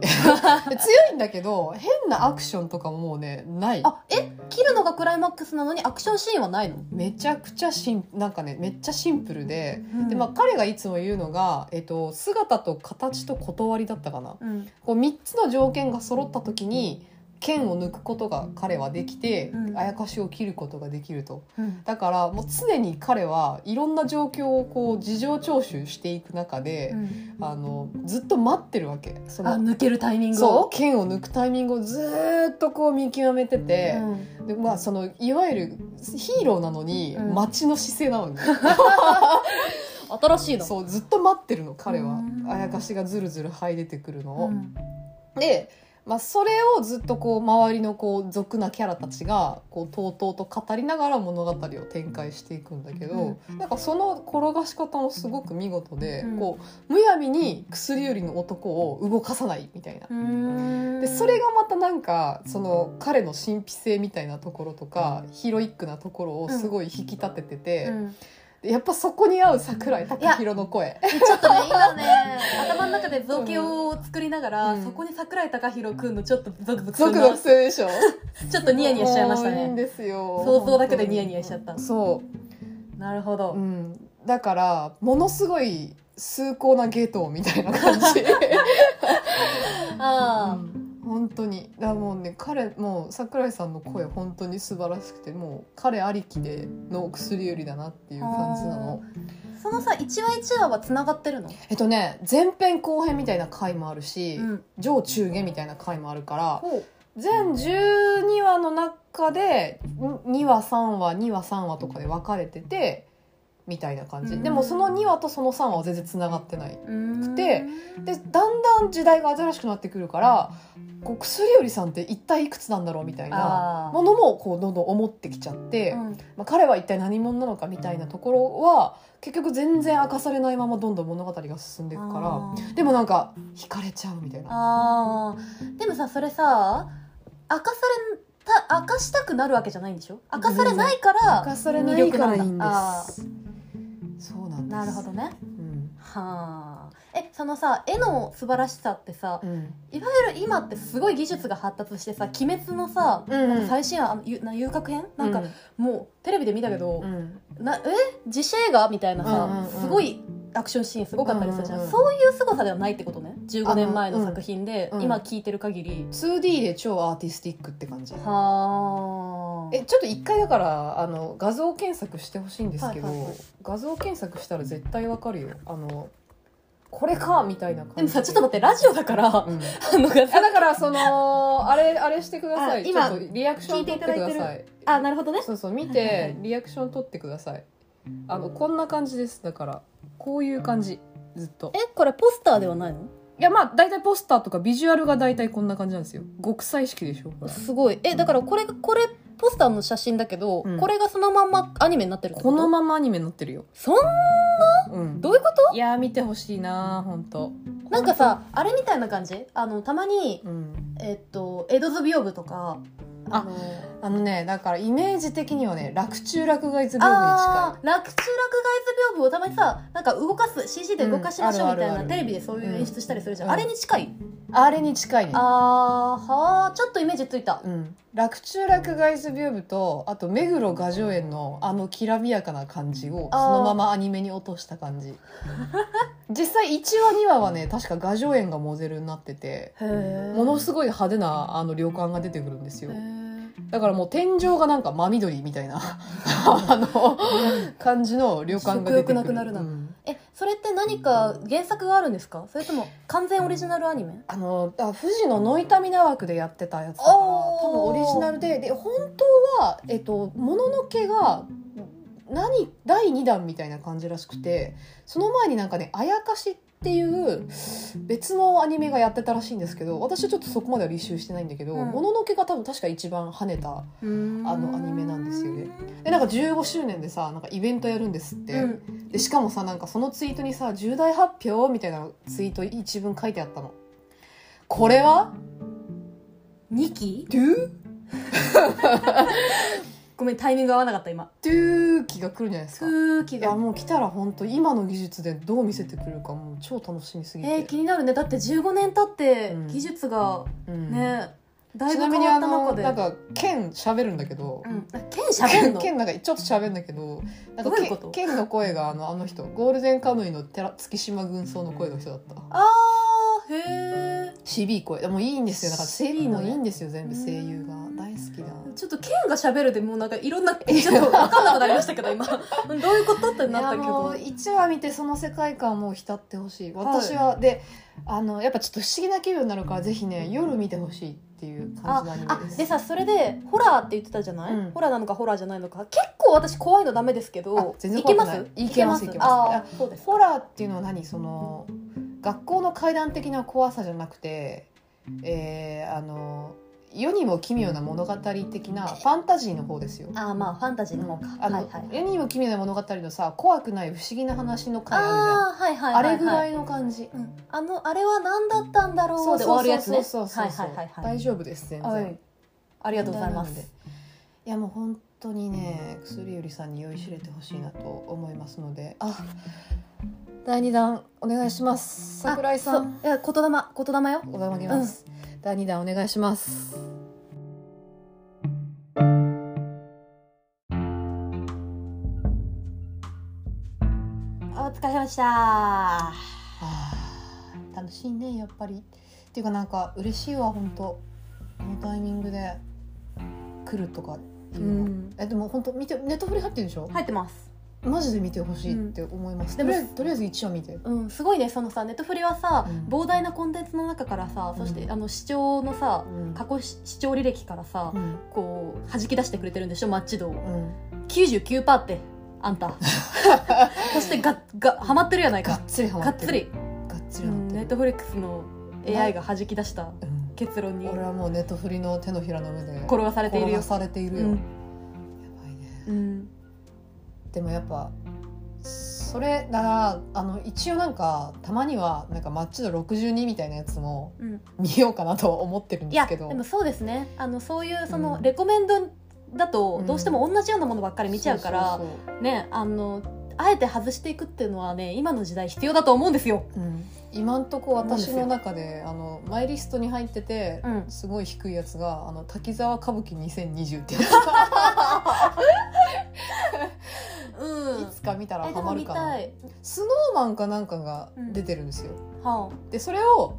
Speaker 1: いんだけど変なアクションとかももうねない
Speaker 2: あえ切るのがクライマックスなのにアクションシーンはないの、
Speaker 1: めちゃくちゃシンなんかねめっちゃシンプルで,、
Speaker 2: うん
Speaker 1: でまあ、彼がいつも言うのが、えっと、姿と形と断りだったかな
Speaker 2: うん
Speaker 1: こう3つの条件が揃った時に剣を抜くことが彼はできて、
Speaker 2: うん
Speaker 1: あやかしを切ることができると
Speaker 2: うん
Speaker 1: だからもう常に彼はいろんな状況をこう事情聴取していく中で、あのずっと待ってるわけそ
Speaker 2: あ
Speaker 1: の
Speaker 2: 抜けるタイミング
Speaker 1: そう
Speaker 2: を
Speaker 1: 剣を抜くタイミングをずーっとこう見極めてて。
Speaker 2: うん
Speaker 1: でまあそのいわゆるヒーローなのに
Speaker 2: うん
Speaker 1: 街の姿勢なのね、
Speaker 2: 新しいの
Speaker 1: そうずっと待ってるの彼は
Speaker 2: うん
Speaker 1: あやかしがずるずる這い出てくるのを、
Speaker 2: うん
Speaker 1: で、まあ、それをずっとこう周りのこう俗なキャラたちがこうとうとうと語りながら物語を展開していくんだけど、なんかその転がし方もすごく見事で、
Speaker 2: うん
Speaker 1: こうむやみに薬売りの男を動かさないみたいな。
Speaker 2: うん
Speaker 1: でそれがまたなんかその彼の神秘性みたいなところとかヒロイックなところをすごい引き立ててて
Speaker 2: う、ん
Speaker 1: でやっぱそこに合う桜井貴弘の声
Speaker 2: ちょっとね今ね頭の中で造形を作りながら、
Speaker 1: うん
Speaker 2: そこに桜井貴宏くんのちょっとゾクゾクす
Speaker 1: ゾ
Speaker 2: る
Speaker 1: ク
Speaker 2: の
Speaker 1: ゾクするでしょ
Speaker 2: ちょっとニヤニヤしちゃいました
Speaker 1: もういいん
Speaker 2: ね
Speaker 1: ですよ
Speaker 2: 想像だけでニヤニヤしちゃった
Speaker 1: そ
Speaker 2: なるほ
Speaker 1: う、
Speaker 2: ど、
Speaker 1: うん、だからものすごい崇高なゲートみたいな感じ
Speaker 2: ああ
Speaker 1: 本当にだからもうね彼もう桜井さんの声本当に素晴らしくてもう彼ありきでの薬売りだなっていう感じなの
Speaker 2: そのさ一話一話はつながってるの、
Speaker 1: えっとね前編後編みたいな回もあるし、
Speaker 2: ん、
Speaker 1: 上中下みたいな回もあるから
Speaker 2: ほ
Speaker 1: 全12話の中で2話3話2話3話とかで分かれててみたいな感じ、
Speaker 2: うん
Speaker 1: でもその2話とその3話は全然つながってないう
Speaker 2: く
Speaker 1: てでだんだん時代が新しくなってくるからこう薬売りさんって一体いくつなんだろうみたいな
Speaker 2: あ
Speaker 1: ものもこうどんどん思ってきちゃって、
Speaker 2: ーうん
Speaker 1: まあ、彼は一体何者なのかみたいなところは結局全然明かされないままどんどん物語が進んでいくから
Speaker 2: あー
Speaker 1: でもなんか惹かれちゃうみたいな。
Speaker 2: あーでもさそれさ明かされた明かしたくなるわけじゃないんでしょ明かされないから
Speaker 1: 明かされないからいいんで
Speaker 2: 魅力なんだ
Speaker 1: す。そうなん
Speaker 2: あ
Speaker 1: です。
Speaker 2: ーなるほどね
Speaker 1: うん。
Speaker 2: はあえそのさ絵の素晴らしさってさ
Speaker 1: うん。
Speaker 2: いわゆる今ってすごい技術が発達してさ「鬼滅」のさ、
Speaker 1: うんうん
Speaker 2: なんか最新話あのゆな遊郭編なんか、もうテレビで見たけど、
Speaker 1: うん、
Speaker 2: なえ自主映画みたいなさ、
Speaker 1: うんうんうん
Speaker 2: すごいアクションシーンすごかったりするじゃん、
Speaker 1: うんうんうん
Speaker 2: そういう凄さではないってことね15年前
Speaker 1: あ
Speaker 2: の
Speaker 1: うん
Speaker 2: 作品で、
Speaker 1: うん
Speaker 2: 今聞いてる限り
Speaker 1: 2D で超アーティスティックって感じ。
Speaker 2: はあ
Speaker 1: えちょっと一回だからあの画像検索してほしいんですけど、
Speaker 2: はいはいはい
Speaker 1: 画像検索したら絶対わかるよあのこれかみたいな感じ
Speaker 2: でもさちょっと待ってラジオだから、あ
Speaker 1: うん、
Speaker 2: の画像
Speaker 1: あだからそのあれあれしてくださ
Speaker 2: あ
Speaker 1: い
Speaker 2: 今
Speaker 1: ちょっとリアクション取ってくだ
Speaker 2: 聞いていた
Speaker 1: さ
Speaker 2: だ
Speaker 1: い
Speaker 2: あなるほどね
Speaker 1: そうそう見
Speaker 2: はいはいは
Speaker 1: て
Speaker 2: い
Speaker 1: リアクション取ってくださいあのこんな感じですだからこういう感じずっと
Speaker 2: えこれポスターではないの
Speaker 1: いやまあ大体ポスターとかビジュアルが大体こんな感じなんですよ極彩色でしょこれ
Speaker 2: すごいえだからこれこれポスターの写真だけど、
Speaker 1: うん
Speaker 2: これがそのまんまアニメになってるってこ
Speaker 1: ことのままアニメ載ってるよ、
Speaker 2: そん
Speaker 1: うん、
Speaker 2: どういうこ
Speaker 1: いやー見てほしいな本当
Speaker 2: となんかさあれみたいな感じあのたまに、
Speaker 1: うん
Speaker 2: えっと、江戸図屏風とか
Speaker 1: あ
Speaker 2: の
Speaker 1: あのねだからイメージ的にはね楽中落外図屏
Speaker 2: あ
Speaker 1: 風に近
Speaker 2: ー楽中落外図屏風をたまにさなんか動かす CG で動かしましょうみ
Speaker 1: うんあるあ
Speaker 2: たい
Speaker 1: るあ
Speaker 2: な
Speaker 1: る
Speaker 2: テレビでそういう演出したりするじゃん、
Speaker 1: うん
Speaker 2: あれに近い
Speaker 1: いあれに近いね
Speaker 2: あーはーちょっとイメージついた
Speaker 1: うん、楽中楽外図屏風とあと目黒雅叙園のあのきらびやかな感じをそ
Speaker 2: あー
Speaker 1: のままアニメに落とした感じ実際1話2話はね確か雅叙園がモデルになってて
Speaker 2: へえ
Speaker 1: ものすごい派手なあの旅館が出てくるんですよ
Speaker 2: へー
Speaker 1: だからもう天井がなんか真緑みたいなあの感じの旅館が出てくる
Speaker 2: 食欲なくなるな
Speaker 1: うん
Speaker 2: えそれって何か原作があるんですかそれとも完全オリジナルアニメ
Speaker 1: あのあ富士のノイタミナ枠でやってたやつだから
Speaker 2: おー
Speaker 1: 多分オリジナルでで本当はえっともののけが何第2弾みたいな感じらしくてその前になんかね「あやかし」っていう別のアニメがやってたらしいんですけど私はちょっとそこまでは履修してないんだけど
Speaker 2: うん
Speaker 1: もの、のけが多分確か一番跳ねた
Speaker 2: あの
Speaker 1: のアニメなんですよねでなんか15周年でさなんかイベントやるんですって、
Speaker 2: うん、
Speaker 1: でしかもさなんかそのツイートにさ「重大発表」みたいなツイート一文書いてあったの。これは
Speaker 2: 2期
Speaker 1: ドゥ
Speaker 2: ごめんタイミング合わなかった今
Speaker 1: ドゥー気が来るんじゃないですかい
Speaker 2: 空気
Speaker 1: や
Speaker 2: が
Speaker 1: もう来たら本当今の技術でどう見せてくれるかもう超楽しみすぎて、
Speaker 2: えー、気になるねだって15年経って
Speaker 1: うん
Speaker 2: 技術が
Speaker 1: うん
Speaker 2: ね、だい
Speaker 1: ち
Speaker 2: ぶ
Speaker 1: な
Speaker 2: 変
Speaker 1: みに
Speaker 2: わ
Speaker 1: あ
Speaker 2: った中
Speaker 1: の
Speaker 2: で
Speaker 1: なんか剣喋るんだけど、
Speaker 2: うん、あ剣しゃべんの
Speaker 1: 剣なんかちょっと喋るんだけどなん
Speaker 2: ど
Speaker 1: か
Speaker 2: ういうこと
Speaker 1: 剣剣の声があのあの人ゴールデンカムイの寺月島軍曹の声の人だった
Speaker 2: あーへえ
Speaker 1: 渋い声でもいいんですよだからセリーのいいんですよ全部
Speaker 2: うん
Speaker 1: 声優が大好きだ
Speaker 2: ちょっと剣がしゃべるでもうなんかい ろんなちょっと分かんなくなりましたけど今どういうことってなったけど
Speaker 1: いやもう1話見てその世界観もう浸ってほしい私は、であのやっぱちょっと不思議な気分になるからぜひね夜見てほしいっていう感じのアニ
Speaker 2: あ
Speaker 1: メです
Speaker 2: でさそれでホラーって言ってたじゃない、
Speaker 1: うん
Speaker 2: ホラーなのかホラーじゃないのか結構私怖いのダメですけど
Speaker 1: あ全然
Speaker 2: いけま
Speaker 1: 怖く
Speaker 2: す
Speaker 1: ないいけますいけます
Speaker 2: あーそうです
Speaker 1: ホラーっていうのは何その学校の階段的な怖さじゃなくて、えーあの世にも奇妙な物語的なファンタジーの方ですよ。
Speaker 2: あーまあファンタジーの方か、
Speaker 1: あの
Speaker 2: はいはい
Speaker 1: 世にも奇妙な物語のさ怖くない不思議な話の回あるじゃん
Speaker 2: あーはいはい
Speaker 1: あ
Speaker 2: はい、は
Speaker 1: れ
Speaker 2: い、
Speaker 1: ぐらいの感じ。
Speaker 2: うん、あのあれは何だったんだろう
Speaker 1: そう
Speaker 2: で
Speaker 1: そう
Speaker 2: 終わるやつね
Speaker 1: そうそうそう
Speaker 2: はいはいはいはい
Speaker 1: 大丈夫です全然、
Speaker 2: はいありがとうございます
Speaker 1: 問題なのでいやもう本当にね薬売りさんに酔いしれてほしいなと思いますのであ第二弾お願いします桜井さん
Speaker 2: あそういや言霊言霊よ
Speaker 1: おだまげます、第二弾お願いします
Speaker 2: お疲れ様でした
Speaker 1: あー楽しいねやっぱりっていうかなんか嬉しいわ本当このタイミングで来るとかいううの、
Speaker 2: ん
Speaker 1: えでも本当見てネットフリ入ってるでしょ、
Speaker 2: 入ってます
Speaker 1: マジで見てほしいって思います、
Speaker 2: うん
Speaker 1: とりあえずとりあえず一話見て
Speaker 2: うん、すごいねそのさネットフリはさ、
Speaker 1: うん
Speaker 2: 膨大なコンテンツの中からさそして、
Speaker 1: うん
Speaker 2: あの視聴のさ
Speaker 1: うん
Speaker 2: 過去し視聴履歴からさ、
Speaker 1: うん
Speaker 2: こう弾き出してくれてるんでしょマッチ度を
Speaker 1: うん
Speaker 2: 99%って あんたそしてががハマってるやない
Speaker 1: がっ
Speaker 2: か
Speaker 1: つりハ
Speaker 2: が
Speaker 1: マ
Speaker 2: っ
Speaker 1: って
Speaker 2: つ
Speaker 1: る
Speaker 2: り
Speaker 1: がっつりハマって
Speaker 2: ネッ
Speaker 1: る
Speaker 2: トフリックスの AI が弾き出した
Speaker 1: うん
Speaker 2: 結論に
Speaker 1: 俺はもうネットフリの手のひらの上で
Speaker 2: 転がされている
Speaker 1: 転
Speaker 2: よ
Speaker 1: がされているよ、
Speaker 2: うん
Speaker 1: やばいね
Speaker 2: うん
Speaker 1: でもやっぱそれだからあの一応なんかたまにはなんかマッチ度62みたいなやつも
Speaker 2: うん
Speaker 1: 見ようかなと思ってるん
Speaker 2: い
Speaker 1: で
Speaker 2: や
Speaker 1: すけ
Speaker 2: で
Speaker 1: ど
Speaker 2: もそうですねあのそういうそうの
Speaker 1: ん
Speaker 2: レコメンドだと
Speaker 1: うん
Speaker 2: どうしても同じようなものばっかり見ちゃうから、
Speaker 1: そうそう
Speaker 2: ねあのあえて外していくっていうのはね今の時代必要だと思うんですよ。
Speaker 1: そううん今んとこ
Speaker 2: なんです
Speaker 1: 私
Speaker 2: よ
Speaker 1: の中であのマイリストに入ってて、
Speaker 2: うん
Speaker 1: すごい低いやつがあの滝沢歌舞伎2020ってやつ、
Speaker 2: うん
Speaker 1: いつか見たら
Speaker 2: えで
Speaker 1: ハ
Speaker 2: も
Speaker 1: マる
Speaker 2: 見
Speaker 1: かな
Speaker 2: たい。
Speaker 1: スノーマンかなんかが出てるんですよ、
Speaker 2: は
Speaker 1: でそれを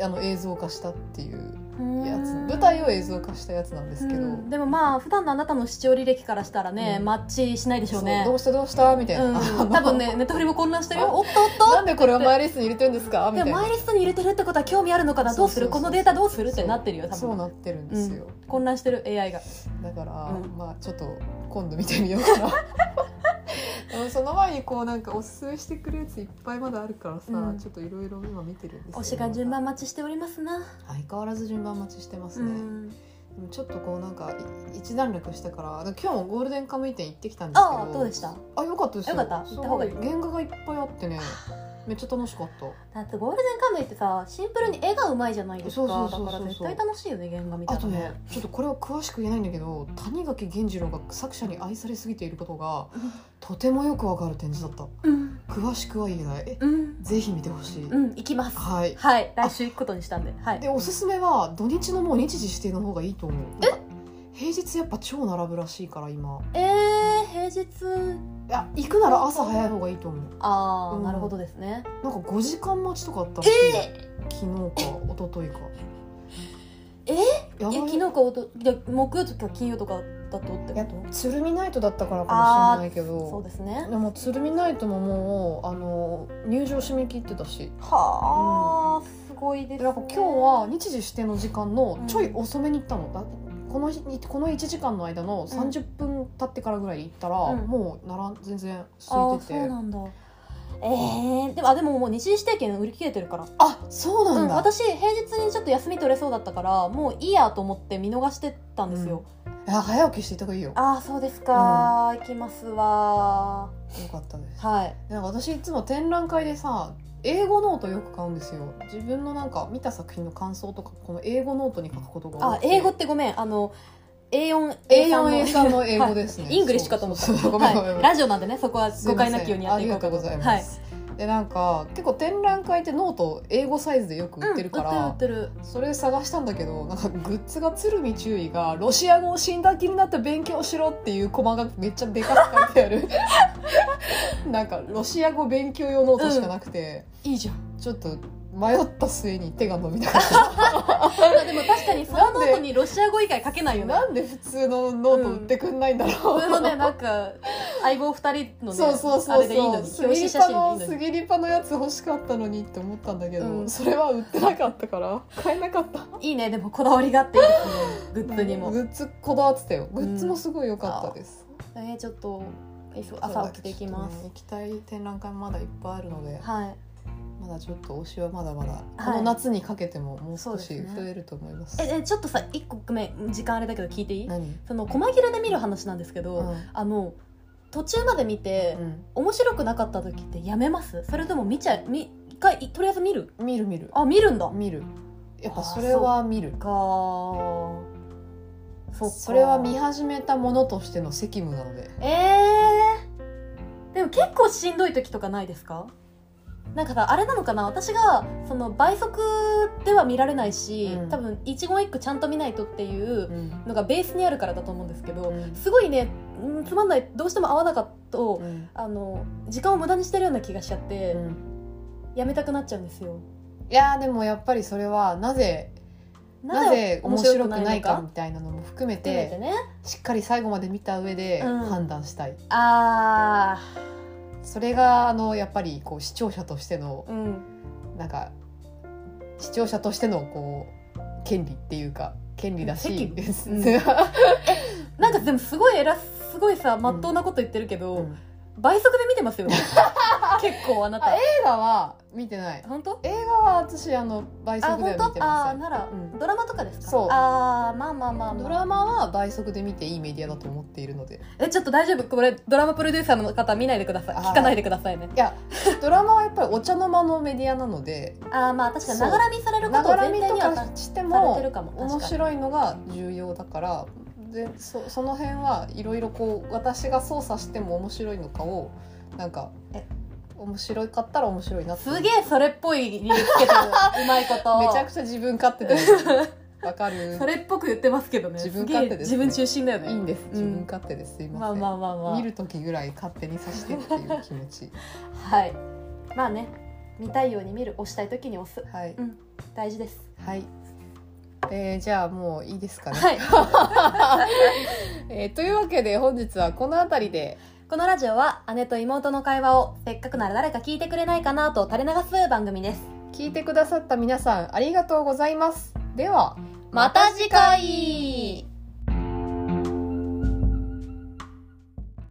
Speaker 1: あの映像化したっていう
Speaker 2: あ
Speaker 1: やつ
Speaker 2: うん
Speaker 1: 舞台を映像化したやつなんですけど、
Speaker 2: うんでもまあ普段のあなたの視聴履歴からしたらね、
Speaker 1: うん
Speaker 2: マッチしないでしょう
Speaker 1: そう
Speaker 2: ね
Speaker 1: どう。したどうしたみたいな、
Speaker 2: うん、多分ねネットフリも混乱してるよ。おっとお
Speaker 1: な
Speaker 2: っ
Speaker 1: んでこれをマイリストに入れてるんですか
Speaker 2: と。
Speaker 1: み
Speaker 2: で
Speaker 1: たい
Speaker 2: もマ
Speaker 1: な
Speaker 2: イリストに入れてるってことは興味あるのかな。どうする
Speaker 1: そうそうそう
Speaker 2: このデータどうするってなってるよ。多
Speaker 1: そう
Speaker 2: 分
Speaker 1: なってるんですよ、
Speaker 2: 混乱してる AI が。
Speaker 1: だから、
Speaker 2: うん
Speaker 1: まあちょっと今度見てみようかなでもその前にこうなんかおすすめしてくるやついっぱいまだあるからさ、
Speaker 2: うん
Speaker 1: ちょっといろいろ今見てるんですよ
Speaker 2: お時間順番待ちしておりますな。
Speaker 1: 相変わらず順番待ちしてますね、でもちょっとこうなんかい一段落してから今日もゴールデンカムイ展行ってきたんですけど
Speaker 2: ああどうでした
Speaker 1: あよかったですよ
Speaker 2: よかった行った方がいい
Speaker 1: すご原画がいっぱいあ ってねめっちゃ楽しかった
Speaker 2: だってゴールデンカムイってさシンプルに絵がうまいじゃないです
Speaker 1: そうそうそ
Speaker 2: か
Speaker 1: うそう
Speaker 2: だから絶対楽しいよね原画見た
Speaker 1: あ
Speaker 2: ら
Speaker 1: とねちょっとこれは詳しく言えないんだけど谷垣源次郎が作者に愛されすぎていることがとてもよくわかる展示だった
Speaker 2: うん
Speaker 1: 詳しくは言えない
Speaker 2: うん
Speaker 1: ぜひ見てほしい、
Speaker 2: うん行きます
Speaker 1: はい
Speaker 2: はい来週行くことにしたんではい
Speaker 1: でおすすめは土日のもう日時指定の方がいいと思うなんか平日やっぱ超並ぶらしいから今
Speaker 2: えー、平日
Speaker 1: いや行くなら朝早い方がいいと思う
Speaker 2: ああ、
Speaker 1: うん
Speaker 2: なるほどですね
Speaker 1: なんか5時間待ちとかあったらしい、昨日か一昨日か
Speaker 2: え
Speaker 1: やば
Speaker 2: え
Speaker 1: い
Speaker 2: 昨日かおといや木曜とか金曜とかだとって
Speaker 1: いや
Speaker 2: こと
Speaker 1: 鶴見ナイトだったからかもしれないけ
Speaker 2: そう
Speaker 1: ど
Speaker 2: ですね
Speaker 1: でも鶴見ナイトももうあの入場締め切ってたし
Speaker 2: はあ、すごいです、
Speaker 1: で
Speaker 2: ね、
Speaker 1: なんか今日は日時指定の時間のちょい遅めに行ったの、だこの日この1時間の間の30分経ってからぐらい行ったら、
Speaker 2: うん
Speaker 1: もうなら全然
Speaker 2: あ
Speaker 1: 空
Speaker 2: あ
Speaker 1: いてて
Speaker 2: そうなんだえー、でもあでももう日時指定券売り切れてるから
Speaker 1: あそう
Speaker 2: う
Speaker 1: なん
Speaker 2: ん、
Speaker 1: だ、
Speaker 2: 私平日にちょっと休み取れそうだったからもういいやと思って見逃してたんですよ、
Speaker 1: いや早起きしていた方がいいよ
Speaker 2: ああそうですか、行きますわ
Speaker 1: よかったです
Speaker 2: はい
Speaker 1: なんか私いつも展覧会でさ英語ノートよく買うんですよ自分のなんか見た作品の感想とかこの英語ノートに書くことが多
Speaker 2: あ
Speaker 1: くて
Speaker 2: 英語ってごめんあの A4
Speaker 1: A4A さんの英語ですね、
Speaker 2: イングリッシュかと思った
Speaker 1: そうそうごめんごめんごめ
Speaker 2: は
Speaker 1: ん
Speaker 2: い、ラジオなんでねそこは
Speaker 1: すい
Speaker 2: 誤
Speaker 1: ませ
Speaker 2: 解
Speaker 1: ん
Speaker 2: なきようにやっていこう
Speaker 1: ありがとうございます、でなんか結構展覧会ってノート英語サイズでよく
Speaker 2: はい、
Speaker 1: 売ってるから、
Speaker 2: うん売ってる売ってる
Speaker 1: それ探したんだけどなんかグッズが鶴見注意が「ロシア語を死んだ気になって勉強しろ」っていうコマがめっちゃでかく書いてあ るなんかロシア語勉強用ノートしかなくて、
Speaker 2: いいじゃん
Speaker 1: ちょっと迷った末に手が伸びなかった
Speaker 2: でも 確かにそのノートにロシア語以外書けないよね
Speaker 1: なんで普通のノート売ってくんないんだろう、
Speaker 2: 普通のねなんか相棒二人のね
Speaker 1: そうそう
Speaker 2: あ
Speaker 1: そう
Speaker 2: れでいいの
Speaker 1: そ
Speaker 2: に
Speaker 1: う
Speaker 2: 表
Speaker 1: すぎりぱ
Speaker 2: 紙写真
Speaker 1: の
Speaker 2: でいいの
Speaker 1: す
Speaker 2: に
Speaker 1: ぎりぱのやつ欲しかったのにって思ったんだけど、
Speaker 2: うん
Speaker 1: それは売ってなかったから買えなかった
Speaker 2: いいねでもこだわりがあっていいですねグッズにも
Speaker 1: グッズこだわってたよグッズもすごい良かったです、
Speaker 2: えー、ちょっと朝起きていきます、
Speaker 1: そうだね行きたい展覧会もまだいっぱいあるので
Speaker 2: はい
Speaker 1: まだちょっと推しはまだまだ
Speaker 2: い
Speaker 1: この夏にかけてももう少
Speaker 2: そう
Speaker 1: し
Speaker 2: ですね
Speaker 1: 増えると思います、
Speaker 2: ええちょっとさ一個ごめん時間あれだけど聞いていい
Speaker 1: 何
Speaker 2: その細切れで見る話なんですけど、
Speaker 1: うん
Speaker 2: あの途中まで見て、面白くなかった時ってやめますそれとも見ちゃみ一回いとりあえず見る
Speaker 1: うん見る見る
Speaker 2: あ見るんだ
Speaker 1: 見るやっぱ
Speaker 2: あー
Speaker 1: それは見る
Speaker 2: かーそっか
Speaker 1: それは見始めたものとしての責務なので
Speaker 2: えー、でも結構しんどい時とかないですかなんかさあれなのかな私がその倍速では見られないし、
Speaker 1: うん
Speaker 2: 多分一言一句ちゃんと見ないとっていう
Speaker 1: うん
Speaker 2: のがベースにあるからだと思うんですけど、
Speaker 1: うん
Speaker 2: すごいねうんつまんないどうしても合わなかったと、
Speaker 1: うん
Speaker 2: あの時間を無駄にしてるような気がしちゃって、
Speaker 1: うん
Speaker 2: やめたくなっちゃうんですよ
Speaker 1: いやーでもやっぱりそれはなぜなぜ面白くないかみたいなのも含め
Speaker 2: 含めて
Speaker 1: て
Speaker 2: ね
Speaker 1: しっかり最後まで見た上で
Speaker 2: うん
Speaker 1: 判断したい、
Speaker 2: あ
Speaker 1: それがあのやっぱりこう視聴者としての
Speaker 2: ーうん
Speaker 1: なんか視聴者としてのこう権利っていうか権利だし、
Speaker 2: 務うんなんかでもすごい偉すごいさまっとうなこと言ってるけ ど、
Speaker 1: うん
Speaker 2: 倍速で見てますよね 結構あなた
Speaker 1: あ映画は見てない
Speaker 2: 本当
Speaker 1: 映画は私あの倍
Speaker 2: あ
Speaker 1: 速で
Speaker 2: 本
Speaker 1: は見て
Speaker 2: 当あー
Speaker 1: ま
Speaker 2: なら、
Speaker 1: うん
Speaker 2: ドラマとかですか
Speaker 1: そう
Speaker 2: あーまあまあまあ、
Speaker 1: せんド
Speaker 2: まあ、
Speaker 1: ラマは倍速で見ていいメディアだと思っているので
Speaker 2: えちょっと大丈夫これドラマプロデューサーの方見ないでください
Speaker 1: あー
Speaker 2: 聞かないでくださいね
Speaker 1: いやドラマはやっぱりお茶の間のメディアなので
Speaker 2: あーまあ確かに
Speaker 1: そう
Speaker 2: ながら見されるこ
Speaker 1: な
Speaker 2: とを
Speaker 1: が
Speaker 2: 前
Speaker 1: らみ
Speaker 2: 提
Speaker 1: と
Speaker 2: には
Speaker 1: か
Speaker 2: さ
Speaker 1: して
Speaker 2: れ
Speaker 1: も
Speaker 2: てるかも
Speaker 1: 面
Speaker 2: 確かに
Speaker 1: 白いのが重要だからでそその辺はいろいろこう私が操作しても面白いのかをなんか
Speaker 2: え
Speaker 1: 面白かったら面白いなって
Speaker 2: すげえそれっぽい理由つけてるうまい こと
Speaker 1: めちゃくちゃ自分勝手ですわかる
Speaker 2: それっぽく言ってますけどね
Speaker 1: 自分勝手です
Speaker 2: げえ自分中心だよね
Speaker 1: いいんです
Speaker 2: うん
Speaker 1: 自分勝手です、すいま
Speaker 2: ま
Speaker 1: せ
Speaker 2: あ
Speaker 1: ん、
Speaker 2: まあまあまあ
Speaker 1: 見る時ぐらい勝手にさしてっていう気持ち
Speaker 2: はいまあね見たいように見る押したい時に押す
Speaker 1: はい
Speaker 2: 大事です
Speaker 1: はいえー、じゃあもういいですかね、
Speaker 2: はい
Speaker 1: えーというわけで本日はこの辺りで
Speaker 2: このラジオは姉と妹の会話をせっかくなら誰か聞いてくれないかなと垂れ流す番組です
Speaker 1: 聞いてくださった皆さんありがとうございますでは
Speaker 2: また次回